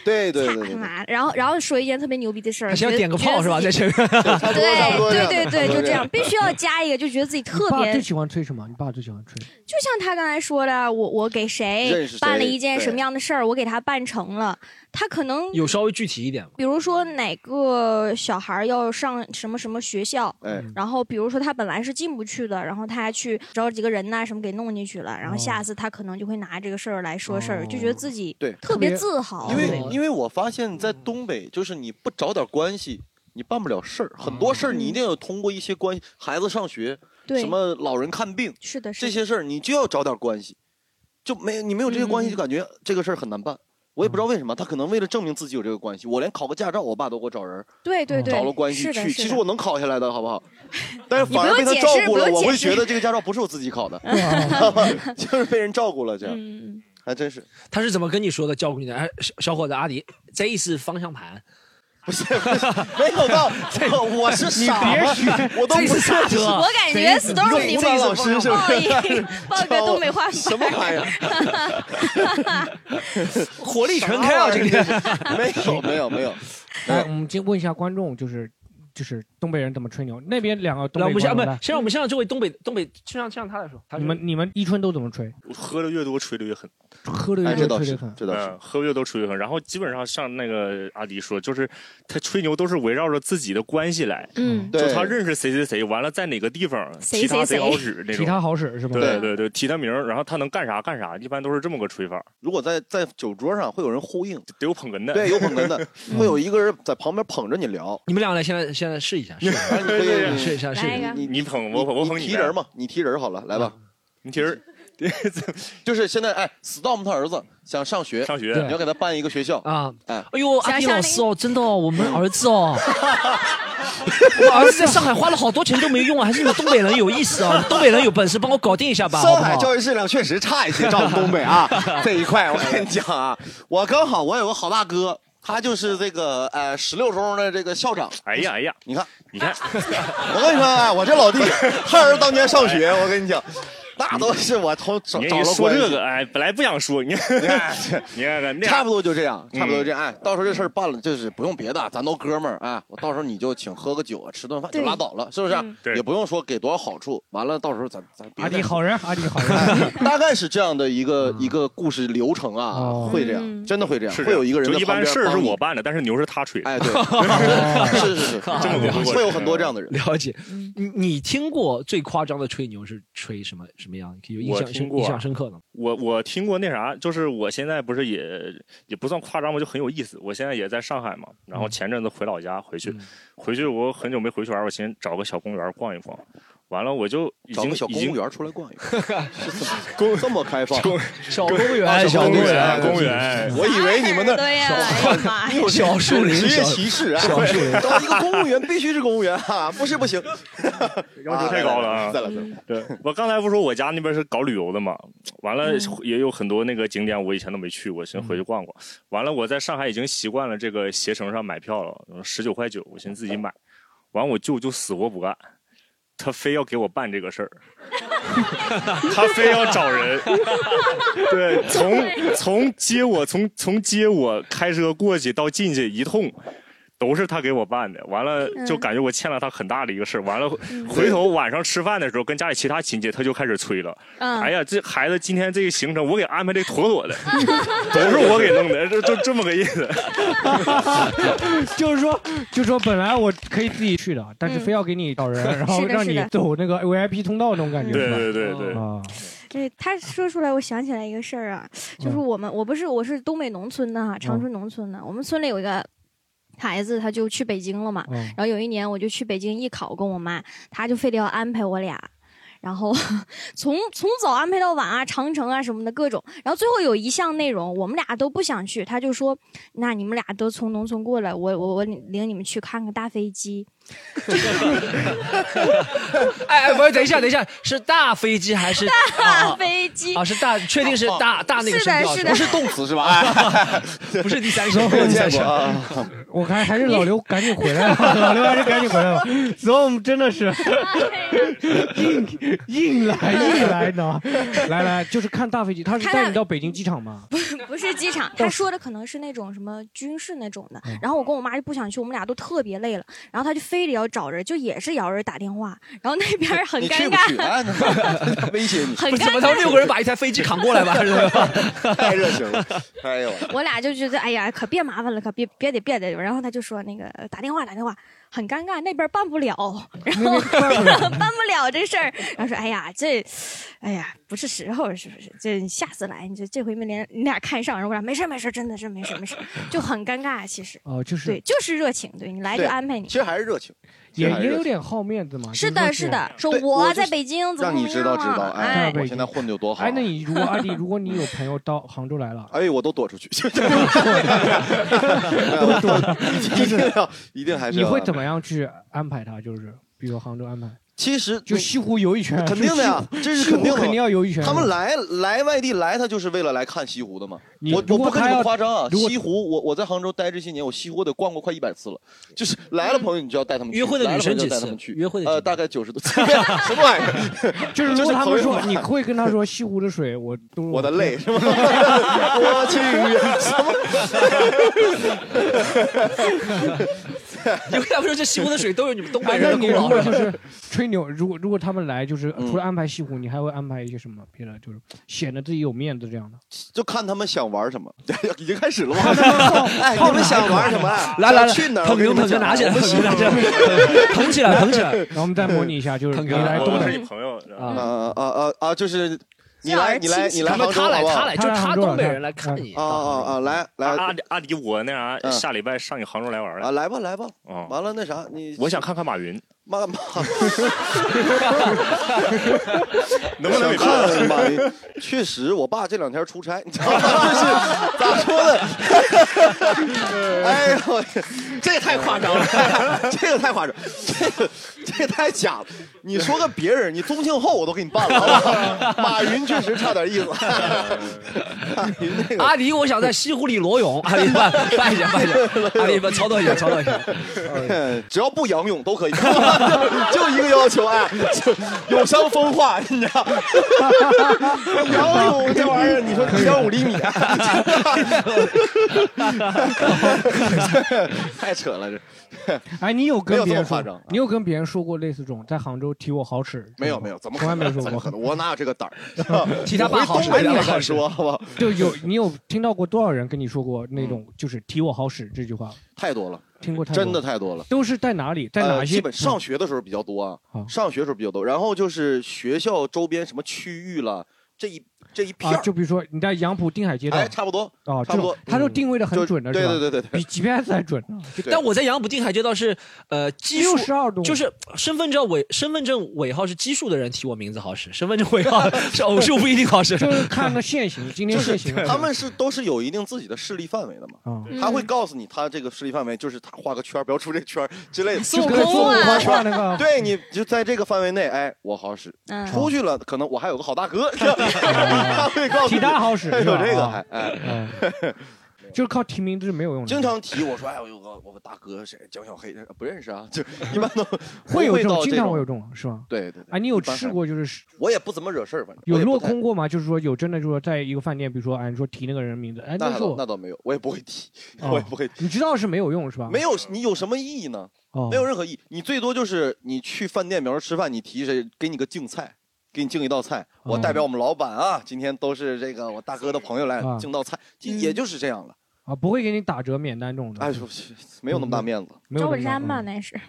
对对
操
对对
他
对，
妈，然后然后说一件特别牛逼的事儿，
他想
觉得
点个
觉得
炮是吧？
自
在
己
前面，
差啊不多差不多
对
样
对对对，就这样，。
差不多
必须要加一个，就觉得自己特
你爸
别
最，喜欢吹什么？你爸最
<laughs>
喜欢吹？
就像他刚才说的，啊我我给谁
认识谁
办了一件
对
什么样的事儿，我给他办成了，他可能
有稍微具体一点吗？
比如说哪个小孩儿要上什么什么学校，
哎，
然后比如说他本来是进不去的，然后他还去找几个人呐、什么给弄进去了，然后
哦
下次他可能就会拿这个事儿来说事儿，
哦
就觉得自己
对
特别自豪。
因为
对
因为我发现，在东北，就是你不找点关系，你办不了事儿。很多事儿你一定要通过一些关系，孩子上学，
对
什么老人看病
是的，是
这
的
些事儿，你就要找点关系。就没你没有这些关系，
嗯
就感觉这个事儿很难办。我也不知道为什么，他可能为了证明自己有这个关系。我连考个驾照，我爸都给我找人儿
对对对，
找了关系
是的
去。
是
其实
的
我能考下来的，好
<laughs>
不好？但是
你不
反
用
而被他
解
照
释
顾
不
了，
用
我
解
会
释
觉得这个驾照不是我自己考的， <laughs> 就是被人照顾了。这样
嗯，
<laughs> 还真是
他是怎么跟你说的？教育你的？哎，小小伙子阿迪，这是方
<laughs>
向盘，
不是不是没有到我我是傻吗？我都
这
不
是刹
我
啊
车。
感觉 Storm 你
湖南老师是不
报
是？
一报
<laughs>
一个东北话
什么玩意
<laughs>
儿？
火力全开啊！今天
<laughs>
<laughs> 没有没有没有，
来，我们先问一下观众，就是就是东北人怎么吹牛，那边两个 <laughs> 东
来，我
北
们
观
向不
众
是
来，
先让我们向这位东北东北，就让就让他来说，他
你们你们伊春都怎么吹？
喝的越多，吹的越狠。
喝的
哎
越
这倒
多吹
是
得狠，
这
嗯，喝越多吹越狠。然后基本上像那个阿迪说，就是他吹牛都是围绕着自己的关系来，
嗯
就
对
他认识谁谁谁，完了在哪个地方，
谁
提他
谁谁
好使那
提
种。
他好使是吧？
对对对，提他名儿，然后他能干啥干啥，一般都是这么个吹法，
如果在在酒桌上会有人呼应，
得有捧哏的，
对，有捧哏
<laughs>
的，会有一个人在旁边捧着你聊，
你们俩来，现在现在试一下，
<laughs>
试一下
哎你可以
试一下，试
来
一
一
下
个。
你
你捧我捧我捧
你
你嗯
提人嘛，你提人好了，来吧，
你提人
就是现在哎，Storm 他儿子想上学，
上学，
你要给他办一个学校，
啊！
哎，
哎呦，阿
想
迪
象
老师哦，真的哦，我们儿子
<laughs>
哦，我儿子在上海花了好多钱都没用啊，还是你们东北人有意思啊，东北人有本事，帮我搞定一下吧，好
上
不
海
好？
教育质量确实差一些，照我们东北
<laughs>
啊这一块，我跟你讲啊，我刚好我有个好大哥，
他就是这个呃十六中的这个校长，
哎呀哎呀，
你看，
你看，
我跟你说啊，我这老弟，他儿子当年上学，我跟你讲，那都是我从找
你
找了
说这
关系
个，哎，本来不想说，你看 <laughs> 你看看那
差
样，嗯
不多就这样，差不多就这样。哎，到时候这事儿办了，就是不用别的，咱都哥们儿。哎，我到时候你就请喝个酒啊，吃顿饭就
对
拉倒了，是不是
嗯？
对
也不用说给多少好处。完了，到时候咱咱别
阿
再
迪
说。
好人，阿迪好人。
哎 <laughs> 大概是这样的一个一个故事流程啊
哦，
会这样，
嗯
真的会这
嗯
样，
是
会有一个人
就
在
一
旁
般
边
事儿是
帮你
我。办的，但是牛是他吹，
哎，对， <laughs> 是是
<laughs>
是，
这么个过程
会有很多这样的人。
了解，
嗯
你你听过最夸张的吹牛是吹什么什么样？你可以有印
我
象
听
深
过啊
印象深刻的吗？
我我听过那啥，就是我现在不是也也不算夸张吧，就很有意思。我现在也在上海嘛，然后前阵子回老家回去，
嗯
回去我很久没回去玩，我寻思找个小公园逛一逛。完了我就已
找
经
个小
已
公
经
园出来逛一
<laughs>
逛，公这么开放，
<laughs> 小公园，
啊公
公
园
园，
公园，
我以为你们那
对呀，哎呀妈呀！
小树林，
职业
小
歧视啊！到一个公务员必须是公务员啊，不是不行，
要求太高了啊！
再来再来，
对，我刚才不说我家那边是搞旅游的嘛，完了也有很多那个景点我以前都没去过，先回去逛逛。完了我在上海已经习惯了这个携程上买票了，十九块九，我寻思自己买。完我舅就死活不干，他非要给我办这个事儿，他非要找人。对，从从接我从从接我开车过去到进去一通。都是他给我办的，完了就
嗯
感觉我欠了他很大的一个事儿。完了，回头晚上吃饭的时候，跟家里其他亲戚他就开始催了。哎
嗯，
呀，这孩子今天这个行程我给安排的妥妥的，都是我给弄的，就就这么个意思。
就是说，就是说，本来我可以自己去的，但是非要给你找人，然
<laughs>
后
是的
让
是
你
的
走那个 VIP 通道那种感觉，
对
是吧
对
哦
对对，
啊，
对，他说出来，我想起来一个事儿啊，就是
嗯
我们，我不是，我是东北农村的哈，
嗯
长春农村的，我们村里有一个孩子，他就去北京了嘛，
嗯
然后有一年我就去北京艺考，跟我妈，她就非得要安排我俩。然后 <laughs> 从从早安排到晚啊，长城啊什么的各种。然后最后有一项内容，我们俩都不想去，她就说：“那你们俩都从农村过来，我我我领你们去看看大飞机。
哎哎，不是，等一下，等一下，是大飞机还是
大 <laughs>
大
飞机哦
啊？是大，确定是大大那个声调
是的
吧
不是动词是吧？哎，
不是第三声，
没有
第
见
三
过
声。
啊。
我看还是老刘赶紧
<laughs>
回来吧，老刘还是赶紧回来吧。Zoom 真的是硬硬来硬来，你知道吗？来来，就是看大飞机，他是
看
带
大
你到北京机场吗？
不是机
哦
场，他说的可能是那种什么军事那种的。
嗯
然后我跟我妈就不想去，我们俩都特别累了。然后他就非得要找人，就也是摇人打电话。然后那边儿很
你
尴
去不去？
尬，
哎，那威胁你，
很
<laughs> <laughs> 不是怎
尴
么他们六
尬。
个人把一台飞机扛过来吧？是吧？ <laughs>
太热情了。哎呦，
我俩就觉得哎呀，可别麻烦了，可别别得别得。然后他就说那个打电话打电话，很尴尬，那边儿办不了，然后 <laughs> 办不了这事儿。然后说哎呀这，哎呀不是时候是不是？这下次来你就这回没连你俩看上。然后我俩没事儿没事儿，真的是没事儿没事儿，就很尴尬其实。
哦，就是
对，就是热情，对你来就
对
安排你
其。实还是热情，其
也
实还
也
热
有
情。
点好面子嘛。
是
就
的，
说
是。的，说
对我
我
就
在北京怎么
让你知
怎
道
么
知
样
道，
啊
哎
哎，，
我现在混的有多好。啊
哎，那你如果阿迪，如果你有朋友到杭州来了，
哎，我都躲出去，
<laughs>
都躲， <laughs> 一定要，一定还是
你会怎
么？
么样去安排他？就是比如杭州安排，
其实
就西湖游一圈，
肯定的呀，这
就是西湖，
肯
西
定
湖肯定
的。
要游一圈。
他们来来外地来，他就是为了来看西湖的嘛。
你，
我
如
我
果
不跟
他
你们
要
夸张啊，
如果
西湖我我在杭州待这些年，我西湖我得逛过快一百次了。就是来了朋友，你就要带他们去；
约会的
来
女
了朋
生
友就
几
要带他
次
们？去。
约会的
呃，
几次
大概九十多次， <laughs> 什么玩意儿？
就是如
就是
果他
朋
们
友
说
嘛
你会跟他说西湖的水，我啊都
我的泪是吗？我去，什么？
有要不说这西湖的水都有你们东北
哎
人
那
的
你
功
如
劳
果就
了。
<laughs>
是吹牛，如果如果他们来，就是
嗯
除了安排西湖，你还会安排一些什么别的？就是显得自己有面子这样的。
<laughs> 就看他们想玩什么， <laughs> 已经开始了吗？
哎，你们想玩什么？
啊
<laughs> 来来来，
想去哪儿？我
腾
跟你们
腾
讲
腾腾拿起来，
我们
腾
喜
腾
欢
拿起来， <laughs> 腾起来，腾起来
然后我们再模拟一
<laughs>
下，就是
腾
你
格尔
来东
我是
北，
你朋友，然后
啊
啊！
啊啊啊！就是你
这玩意
来，
儿
你来，你来
他们
杭州
他来
好不好
他来，就
他来
他
杭州了
东北
他
人来看你
啊啊啊！来
阿
来
阿阿迪，我那啥，
嗯
下礼拜上你杭州来玩
啊，
来。
来吧来吧。
哦，
完了那啥，你
我想看看马
<laughs>
云，
妈妈
能不能给
想
爸
看马
<laughs>
云？确实，我爸这两天出差，你知道吗？就是咋说
<laughs>
呢？哎呦，
这也太夸张了，这个太夸张，这个这个太假了。
你说个别人，你宗庆后我都给你办了，好不好？马云确实差点
<laughs>
意思。马云那个
阿迪，我想在西湖里裸
<laughs>
泳。阿迪，办办一下，办一下。阿迪，把操作一下，操作一下。
<laughs> 只要不仰泳都可以， <laughs> 就一个要求哎， <laughs> 就有伤风化， <laughs> 你知道？仰泳这玩意儿，你说一点五厘米，
啊
<laughs> 太扯了这。
哎，你有跟
没有这
别人
么夸
说
张啊
你有跟别人说过类似这种在杭州提我好使？
没有没有，怎么
从
可
来没有
能？
说
怎么可
过。
能？我哪有这个胆
<laughs>
儿？
其他爸好
回
使
东北
其他
你
爸好
敢
使
说好吧？
就
<laughs>
有你有听到过多少人跟你说过那种就是提我好使这句话？
太多了，
听过太多
嗯真的太多了。
都是在哪里，在
呃
哪
基
些
本上学的时候比较多啊，
嗯好
上学的时候比较多。然后就是学校周边什么区域了，这一这一片
啊？
儿，
就比如说你在杨浦定海街道
哎，差不多，
哦，
差不多嗯
这种它就定位的很
就
准的，
对
是吧
对对对对。
比 GPS 还准呢。
对
但我在杨浦定海街道是呃基
六
数。
十二栋
就是身份证尾身份证尾号是奇数的人提我名字好使，身份证尾号是偶数不一定好使。
就是看个现行，今天
就
现
是
行了
他们是都是有一定自己的势力范围的嘛，
啊，
他
嗯
会告诉你他这个势力范围就是他画个圈儿，不要出这个圈儿之类的。
孙悟空
画
啊， <laughs>
画那个
对，你就在这个范围内，哎，我好使。
啊
嗯，
出去了，可能我还有个好大
<laughs>
哥，他会告诉
提
你 <laughs>
大好使，
有
是吧
这个
啊
还哎。
嗯，
<laughs>
就是靠提名字是没有用的，
经常提我说，哎，我有个我大哥谁江小黑不认识啊，就一般都
<laughs> 会有
不
这
到
种，
这
经常会有这种，是吧？
对对对，
哎，你有
一般
试
还
过就是
我也不怎么惹事儿，反正
有
我也不
落
太
空过吗？就是说有真的就是说在一个饭店，比如说哎，你说提那个人名字，哎，
那
是
倒那
我，
倒没有，我也不会提，
哦啊
我也不会提，
你知道是没有用是吧？
没有你有什么意义呢？
哦，
没有任何意义，你最多就是你去饭店，比方说吃饭，你提谁给你个敬菜。给你敬一道菜，我代表我们老板啊，今天都是这个我大哥的朋友来
啊
敬道菜，就也就是这样了。
啊，不会给你打折免单这种的，
哎，不是没有那么大面子，
没有
找我
这么
删
大
吧，
嗯
那是。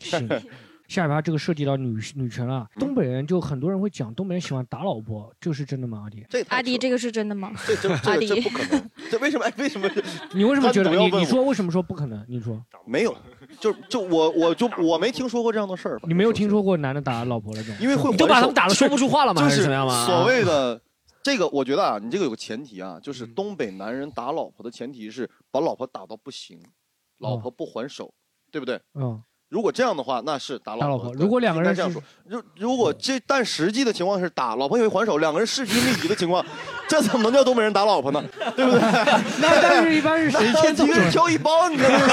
行， <laughs> 下一趴这个涉及到女女权了，
嗯
东北人就很多人会讲东北人喜欢打老婆，这是真的吗？阿迪，
这也太
阿迪，
扯
这个是真的吗？
这这
阿
这
迪
这不可能，这为什么？哎，为什么？
你为什么觉得
他不要
你
问我啊
你说为什么说不可能？你说
没有，就就我我就我没听说过这样的事儿吧。
你没有听说过男的打老婆的这种？
因为会
你都把他们打
了，
的说不出话了吗？
就
还
是
怎么样吗？ <laughs>
所谓的这个，我觉得啊，你这个有个前提啊，就是东北男人打老婆的前提是把老婆打到不行，老婆不还手，对不对？
嗯，
如果这样的话，那是打
打老
老
婆。
对
如果两个人
应该这样
是
说，如如果这但实际的情况是打老婆也会还手，两个人势均力敌的情况，这怎么能叫东北人打老婆呢？对不对？
那但是一般是谁
<laughs>
先走 <laughs>
一个人挑一包，你看这个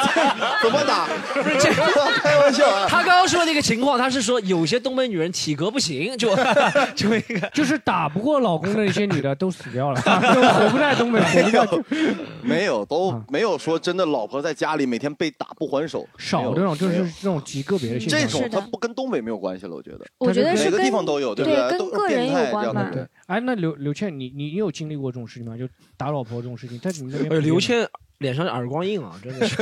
<laughs> 怎么打？不是这 <laughs> 开玩笑
<laughs>
啊！
他刚刚说那个情况，他是说有些东北女人体格不行，就 <laughs> 就
<laughs>
一个
就是打不过老公的一些女的都死掉了，都活不在东北，活不在
没有，都
啊
没有说真的，老婆在家里每天被打不还手，
少这种，就是这种极个别的现
这
象。
种
是的
它不跟东北没有关系了，我觉得
我觉得
每
是
个
跟
地方都有，
对
不对？
跟
都是
个人
变态
有关
这样的
吧
人
对，哎，那刘刘倩，你你你有经历过这种事情吗？就打老婆这种事情，在你们那边
呃
哎
没
呦
有？
刘倩脸上耳光印啊，真的是。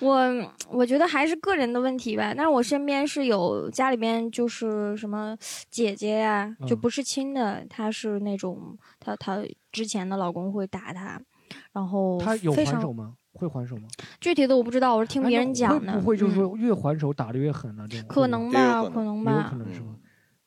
我我觉得还是个人的问题吧，但是我身边是有家里边就是什么姐姐呀、就
嗯
不是亲的，她是那种她她之前的老公会打她，然后
她有
非
还
常
手吗？会还手吗？
具体的我不知道，我是听
哎
别
那
人讲
会
的，
不会就是
嗯
说越还手打的越狠呢？这种
可
会
能
也有
吧，
可能
可能
不会有
吧，
可
嗯
能是吗？
嗯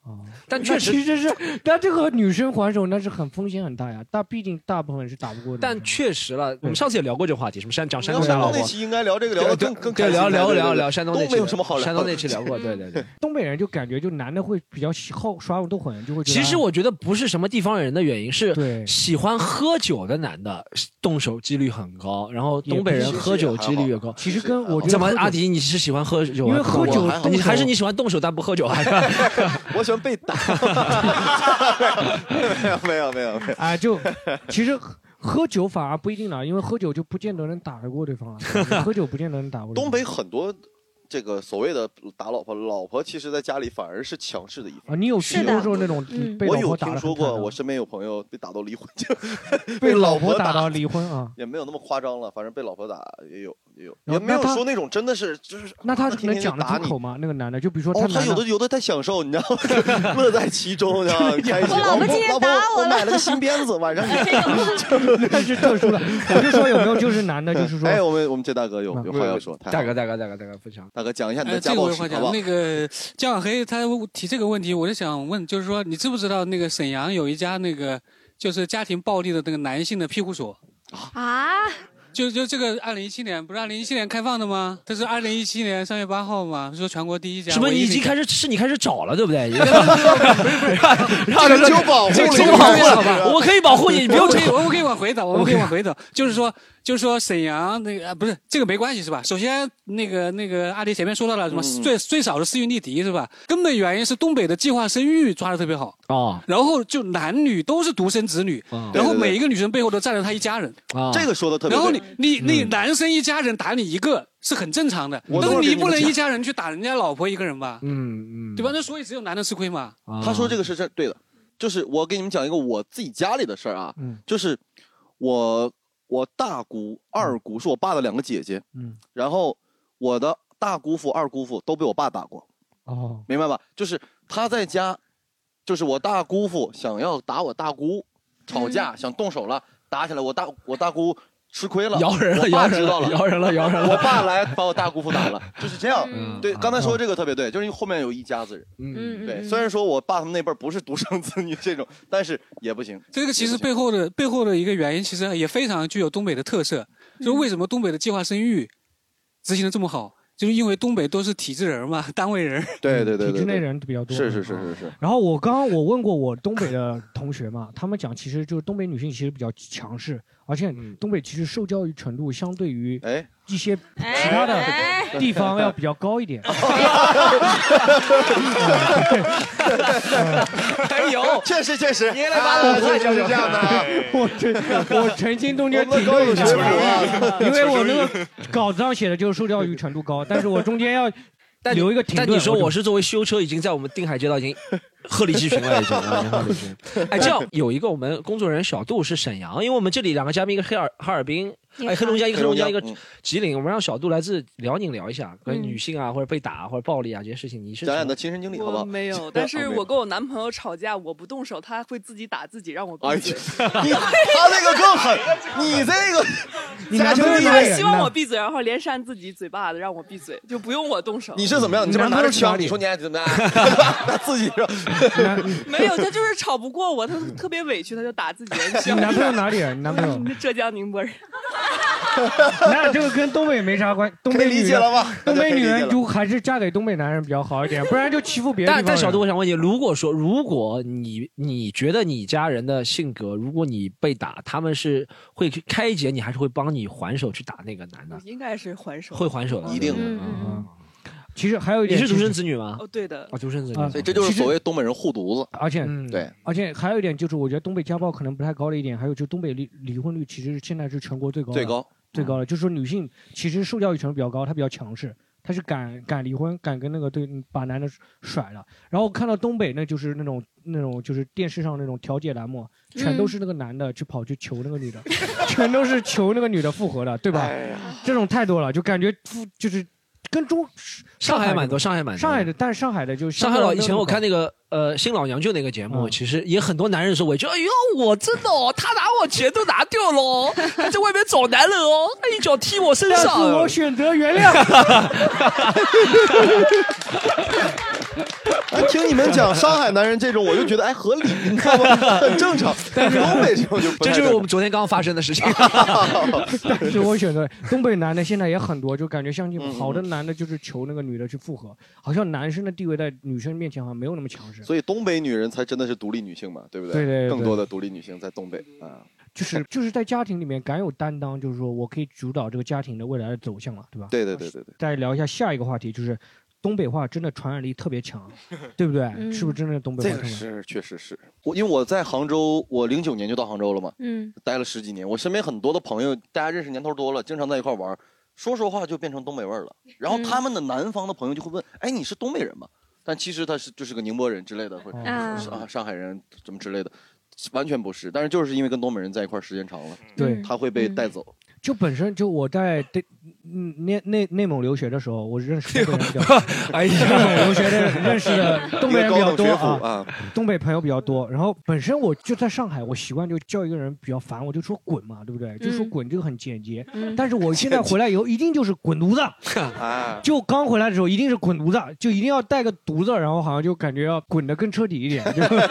啊，
但
那
确实，
其实是，但这个女生还手那是很风险很大呀。但毕竟大部分是打不过的。
但确实了，我们上次也聊过这个话题，什么山讲山
聊
东打
山
老
东
婆
那。期应该聊这个，聊
对
的
对
更更
对，
开心
聊聊
对对
聊
对
聊山东那
东
期
北有什么好聊？
山东那期聊过，
<laughs>
对对对。
东北人就感觉就男的会比较喜好耍手斗狠，就会觉得啊
其实我觉得不是什么地方人的原因，是
对
喜欢喝酒的男的动手几率很高，然后
也
东北
不
人
是
喝酒几率越
啊
高。
其实跟我觉得
怎么
喝酒
阿迪你是喜欢喝酒
因
还
为
是
喝
不
酒
我
动
你
手
还是你喜欢动手但不喝酒？
<laughs>
啊还是
我喜欢 <laughs> 被打。没有没有没有没有，
啊，就哎其实喝酒反而不一定了，因为喝酒就不见得能打得过对
<laughs>
方了，喝酒不见得能打过对方。
东北很多这个所谓的打老婆，老婆其实在家里反而是强势的一
啊，
方。
你有听说过那种
嗯
被
我
老
有
婆打
听
的
说过，我身边有朋友被打到离婚，就
<laughs> 被老
婆
婆打到离婚
<laughs>
啊？
也没有那么夸张了，反正被老婆打也有也有，
然
也
后
没有
那他
说那种真的是就是
那他
天天
能
就
讲得
打
出
你
口吗？那个男的，就比如说
哦，他
男
有的有的他享受，你知道吗？ <laughs> 乐在其中，你知道吗？开心。
我老婆今天
老婆
打我
<laughs> 我
了
买了个新鞭子，晚上
<laughs> 哎
给你。 <laughs>
<laughs> 那是特殊的，我就说有没有就是男的，就是说
哎，我们我们这大哥有有话要说，太好
大
了
哥，大哥，大哥，大哥，分享。
大哥讲一下你
呃，
的
这
家
个我
暴
有
史
话
好
讲
不。好？
那
<laughs>
个江小黑他提这个问题，我就想问，就是说你知不知道那个沈阳有一家那个就是家庭暴力的那个男性的庇护所？
啊，
嗯
就就这个二零一七年不是二零一七年开放的吗？这是二零一七年三月八号嘛，说全国第一家。
<laughs> 什么？
唯
你
一
已
的一
经
家
开始是你开始找了，对不
<laughs>
对？
这个就保护
这
了，
个保护了，好吧？我可以保护你，你不用
<laughs>
我
找
可以，。我可以往
<laughs>
回走，我可以往回走。就是说，就是说，沈阳那个、啊、不是这个没关系是吧？首先，那个那个阿迪前面说到了什么、
嗯
最最少的私运力敌是吧？根本原因是东北的计划生育抓的特别好，
啊
然后就男女都是独生子女，
嗯
然后
对对对
每一个女生背后都站着她一家人，
啊！
这个说的特别
然后
对嗯
你。你你男生一家人打你一个是很正常的，
我
但
都
是
是
你
给你
不
们
能
讲
一家人去打人家老婆一个人吧，
嗯嗯，
对吧？？那所以只有男的吃亏嘛。
啊
他说这个是是对的，就是我给你们讲一个我自己家里的事儿啊，
嗯
就是我我大姑、二姑是我爸的两个姐姐，
嗯
然后我的大姑父、二姑父都被我爸打过，
哦
明白吧？就是他在家，就是我大姑父想要打我大姑，吵架、想动手了，打起来，我大我大姑吃亏了，
啊摇人了，
我
摇
爸
人
知道
了，
了。
摇人了，摇人
我
了。
爸来把我大姑父打了，就是这样。
嗯
对，刚才
啊
说这个特别对，就是因为后面有一家子人。
嗯
嗯，
对，
嗯
虽然说我爸他们那辈儿不是独生子女这种，但是也不行。
这个其实背后的背后的一个原因，其实也非常具有东北的特色。
嗯
就是为什么东北的计划生育执行的这么好，就是因为东北都是体制人儿嘛，单位人儿。
哎
对对
体制内人比较多。
是是是是
啊
是，
然后我刚刚我问过我东北的同学嘛，他们讲其实就是东北女性其实比较强势，而且东北其实受教育程度相对于
嗯哎，
一些其
哎
他的
哎，
地方要比较高一点。
哎哎
还有
确实确实，爷
来把我
确实是这样的啊。
哎
<laughs>
我这我曾经中间
我们
挺
高有
动
学
的
府，啊，
因为我那个稿子上写的就是受教育程度高，但是我中间要
但
留一个停顿。
但你说我
就是
作为修车，已经在我们定海街道已经鹤立鸡群了，已经啊已经鹤立鸡
<laughs>
群。哎，这样有一个我们工作人员小杜是沈阳，因为我们这里两个嘉宾，一个黑尔哈尔滨，哎，黑龙江一个黑龙江一个
嗯
吉林，我们让小杜来自辽宁聊一下关于
嗯
女性啊或者被打啊或者暴力啊这些事情，你是
讲讲
怎
你
么
的亲身经历好不
我
好？
没
啊
有，但是
没有
我跟我男朋友吵架，我不动手，他会自己打自己，让我
哎
闭
呀
嘴。，
你他那个更狠，你这个
<laughs> 你
家
男
庭
朋友
地
哪
他
里
位，
人
希望
呢
我闭嘴，然后连扇自己嘴巴子，让我闭嘴，就不用我动手。
你是怎么样？你这边拿着枪，你说你爱怎么样？ <laughs> 他自己说，
没有，他就是吵不过我，他特别委屈，他就打自
<laughs>
己。
你
你
男朋友哪里啊人？你男朋友
<laughs> 浙江宁波人，
<laughs> 那这个跟东北没啥关，
<laughs>
东
可
北
以
女
理解
人
了吧？ <laughs>
东北
可以
女
理解
人
了
就还是嫁给东北男人比较好一点，不然就欺负别人。
但但小杜，我，想问你，如果说如果你你觉得你家人的性格，如果你被打，他们是会去开解你，还是会帮你还手去打那个男的？
应该是还手。
会还手的，
一定的
嗯
嗯
啊其实还有一
你
点，
是独生子女吗？
哦，对的，
啊，独生子
啊
女，
所以这就是所谓东北人护犊子。
而且
嗯
对，
而且还有一点就是，我觉得东北家暴可能不太高的一点，还有就东北离离婚率其实是现在是全国最高的
最高，
最
嗯
高的，就是说女性其实受教育程度比较高，她比较强势，她是敢敢离婚，敢跟那个对把男的甩了。然后看到东北那就是那种那种就是电视上那种调解栏目，全都是那个男的去跑去求那个女的， <laughs> 全都是求那个女的复合的，对吧？这种太多了，就感觉复就是跟中
上海蛮多，上海蛮多，
上海的，但是上海的就
上海老以前我看
那
那个呃《新老娘舅》那个节目，
嗯
其实也很多男人说委屈，哎呦，我真的、哦，他拿我钱都拿掉了哦，还在外面找男人哦，他一脚踢我身
但
上
是我
哦。
选择原谅。
哎，听你们讲上海男人这种，我就觉得哎合理，你知道吗？很正常。但是东北这种就不
这
太
就是
正
我们昨天刚刚发生的事情。，
但 <laughs> 是我选择东北男的现在也很多，就感觉相
嗯
信好的男的就是求那个女的去复合，好像男生的地位在女生面前好像没有那么强势
常，所以东北女人才真的是独立女性嘛，对不对？
对对对
更多的独立女性在东北啊，
就是就是在家庭里面敢有担当，就是说我可以主导这个家庭的未来的走向了，对吧？
对对对对对。
再聊一下下一个话题，就是东北话真的传染力特
<laughs>
别强，对不对？
嗯
是不是真的东北话
这
传
个
染力？
是确实是我，因为我在杭州，我零九年就到杭州了嘛，
嗯，
待了十几年。我身边很多的朋友，大家认识年头多了，经常在一块玩儿，说说话就变成东北味儿了。
嗯
然后他们的南方的朋友就会问：“哎，你是东北人吗？”但其实他是就是个宁波人之类的，或者
嗯
啊
是啊上海人什么之类的，完全不是。但是就是因为跟东北人在一块儿时间长了，
对
嗯
他会被带走。
就本身就我在对嗯内内内蒙留学的时候，我认识东北人比较
<laughs>
哎呀
内蒙留学的认识的东北人比较多
一个高等学府
啊
啊，
东北朋友比较多。然后本身我就在上海，我习惯就叫一个人比较烦，我就说滚嘛，对不对？就说滚这个很简洁
嗯。
但是我现在回来以后，一定就是滚犊子。
啊，
就刚回来的时候，一定是滚犊子，就一定要带个犊子，然后好像就感觉要滚得更彻底一点。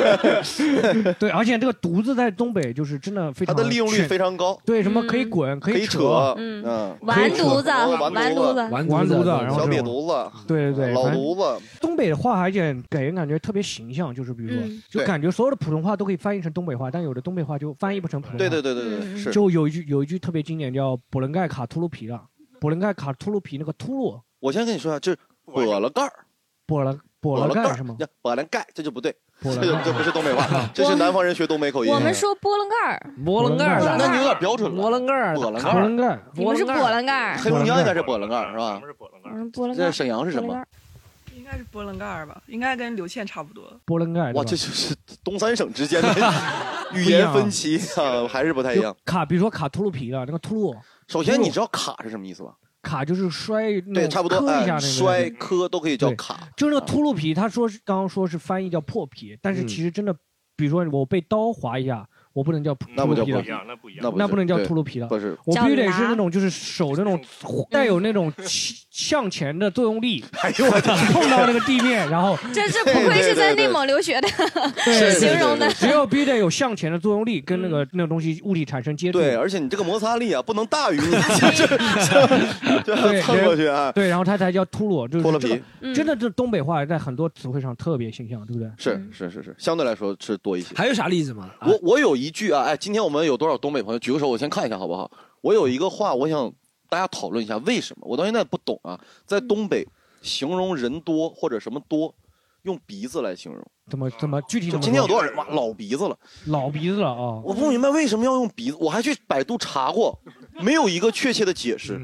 就 <laughs> 对，而且这个犊子在东北就是真的非
他
常
的利用率
全
非常高。
对，什么可以滚，
可
可以啊
以扯嗯嗯
完犊子完犊子
完
完
犊
犊
子啊
子，
然后
小
这
瘪
种
犊子，
对对对，
老
反正
犊子。
东北的话，而且给人感觉特别形象，就是比如说
嗯，
就
对
感觉所有的普通话都可以翻译成东北话，但有的东北话就翻译不成普通话。
对对对对
嗯
对，是
就有一句有一句特别经典叫“博伦盖卡秃噜皮”了，“博伦盖卡秃噜皮”那个秃噜，
我先跟你说啊，就是跛了盖儿，
博了博了
盖
盖
儿
是吗？？嗯
跛了盖儿，这就不对，
跛
这
了
就
盖儿
这不是东北话，这是南方人学东北口音。
我们说波棱盖儿，
波棱盖儿
嗯
那你有点标准了。波
棱盖儿，
波棱盖
博伦
儿，
盖，
你们是波棱盖儿，
黑龙江应该是波棱盖儿是吧？
我们是波棱盖
这
儿。
沈阳是什么？
应该是波棱盖儿吧，应该跟刘倩差不多。
波棱盖。
哇，这就是 <laughs> 东三省之间
<laughs>
的语言分歧啊，还是不太一样
就。卡，比如说卡秃噜皮了，那个秃噜，
首先，你知道“卡”是什么意思吧？
卡就是摔，
对，差不多，
磕一下那
哎，
个
摔磕都可以叫
对
卡。
就是那个秃噜皮，他说是刚刚说是翻译叫破皮，但是
嗯
其实真的，比如说我被刀划一下，我不能叫
嗯
那不叫
秃噜
不
皮
一样
了
那不一样那不是
那不能叫
对啊
秃噜皮了，
不是
我必须
叫
得
拿
是那种就是手那种带有那种向向前的作用力，哎呦我碰到那个地面，然后
这这不愧是在内蒙留学的形容的，
只有必须得有向前的作用力跟那个那个东西物体产生接触，
嗯对，而且你这个摩擦力啊，不能大于
<laughs>
你这这
对
这蹭过去啊。
对，然后它才叫秃噜，就是
脱了
这个
皮嗯
真的，这东北话在很多词汇上特别形象，对不对？
是是是是，相对来说是多一些。
还有啥例子吗？
我我有一句啊，哎，今天我们有多少东北朋友举个手，我先看一下好不好？我有一个话，我想大家讨论一下，为什么我到现在不懂啊？在东北形容人多或者什么多，用鼻子来形容。
怎么怎么具体
就
怎么？
今天有多少人哇，老鼻子了？
老鼻子了啊？
我
嗯
不明白为什么要用鼻子，我还去百度查过，没有一个确切的解
嗯
释。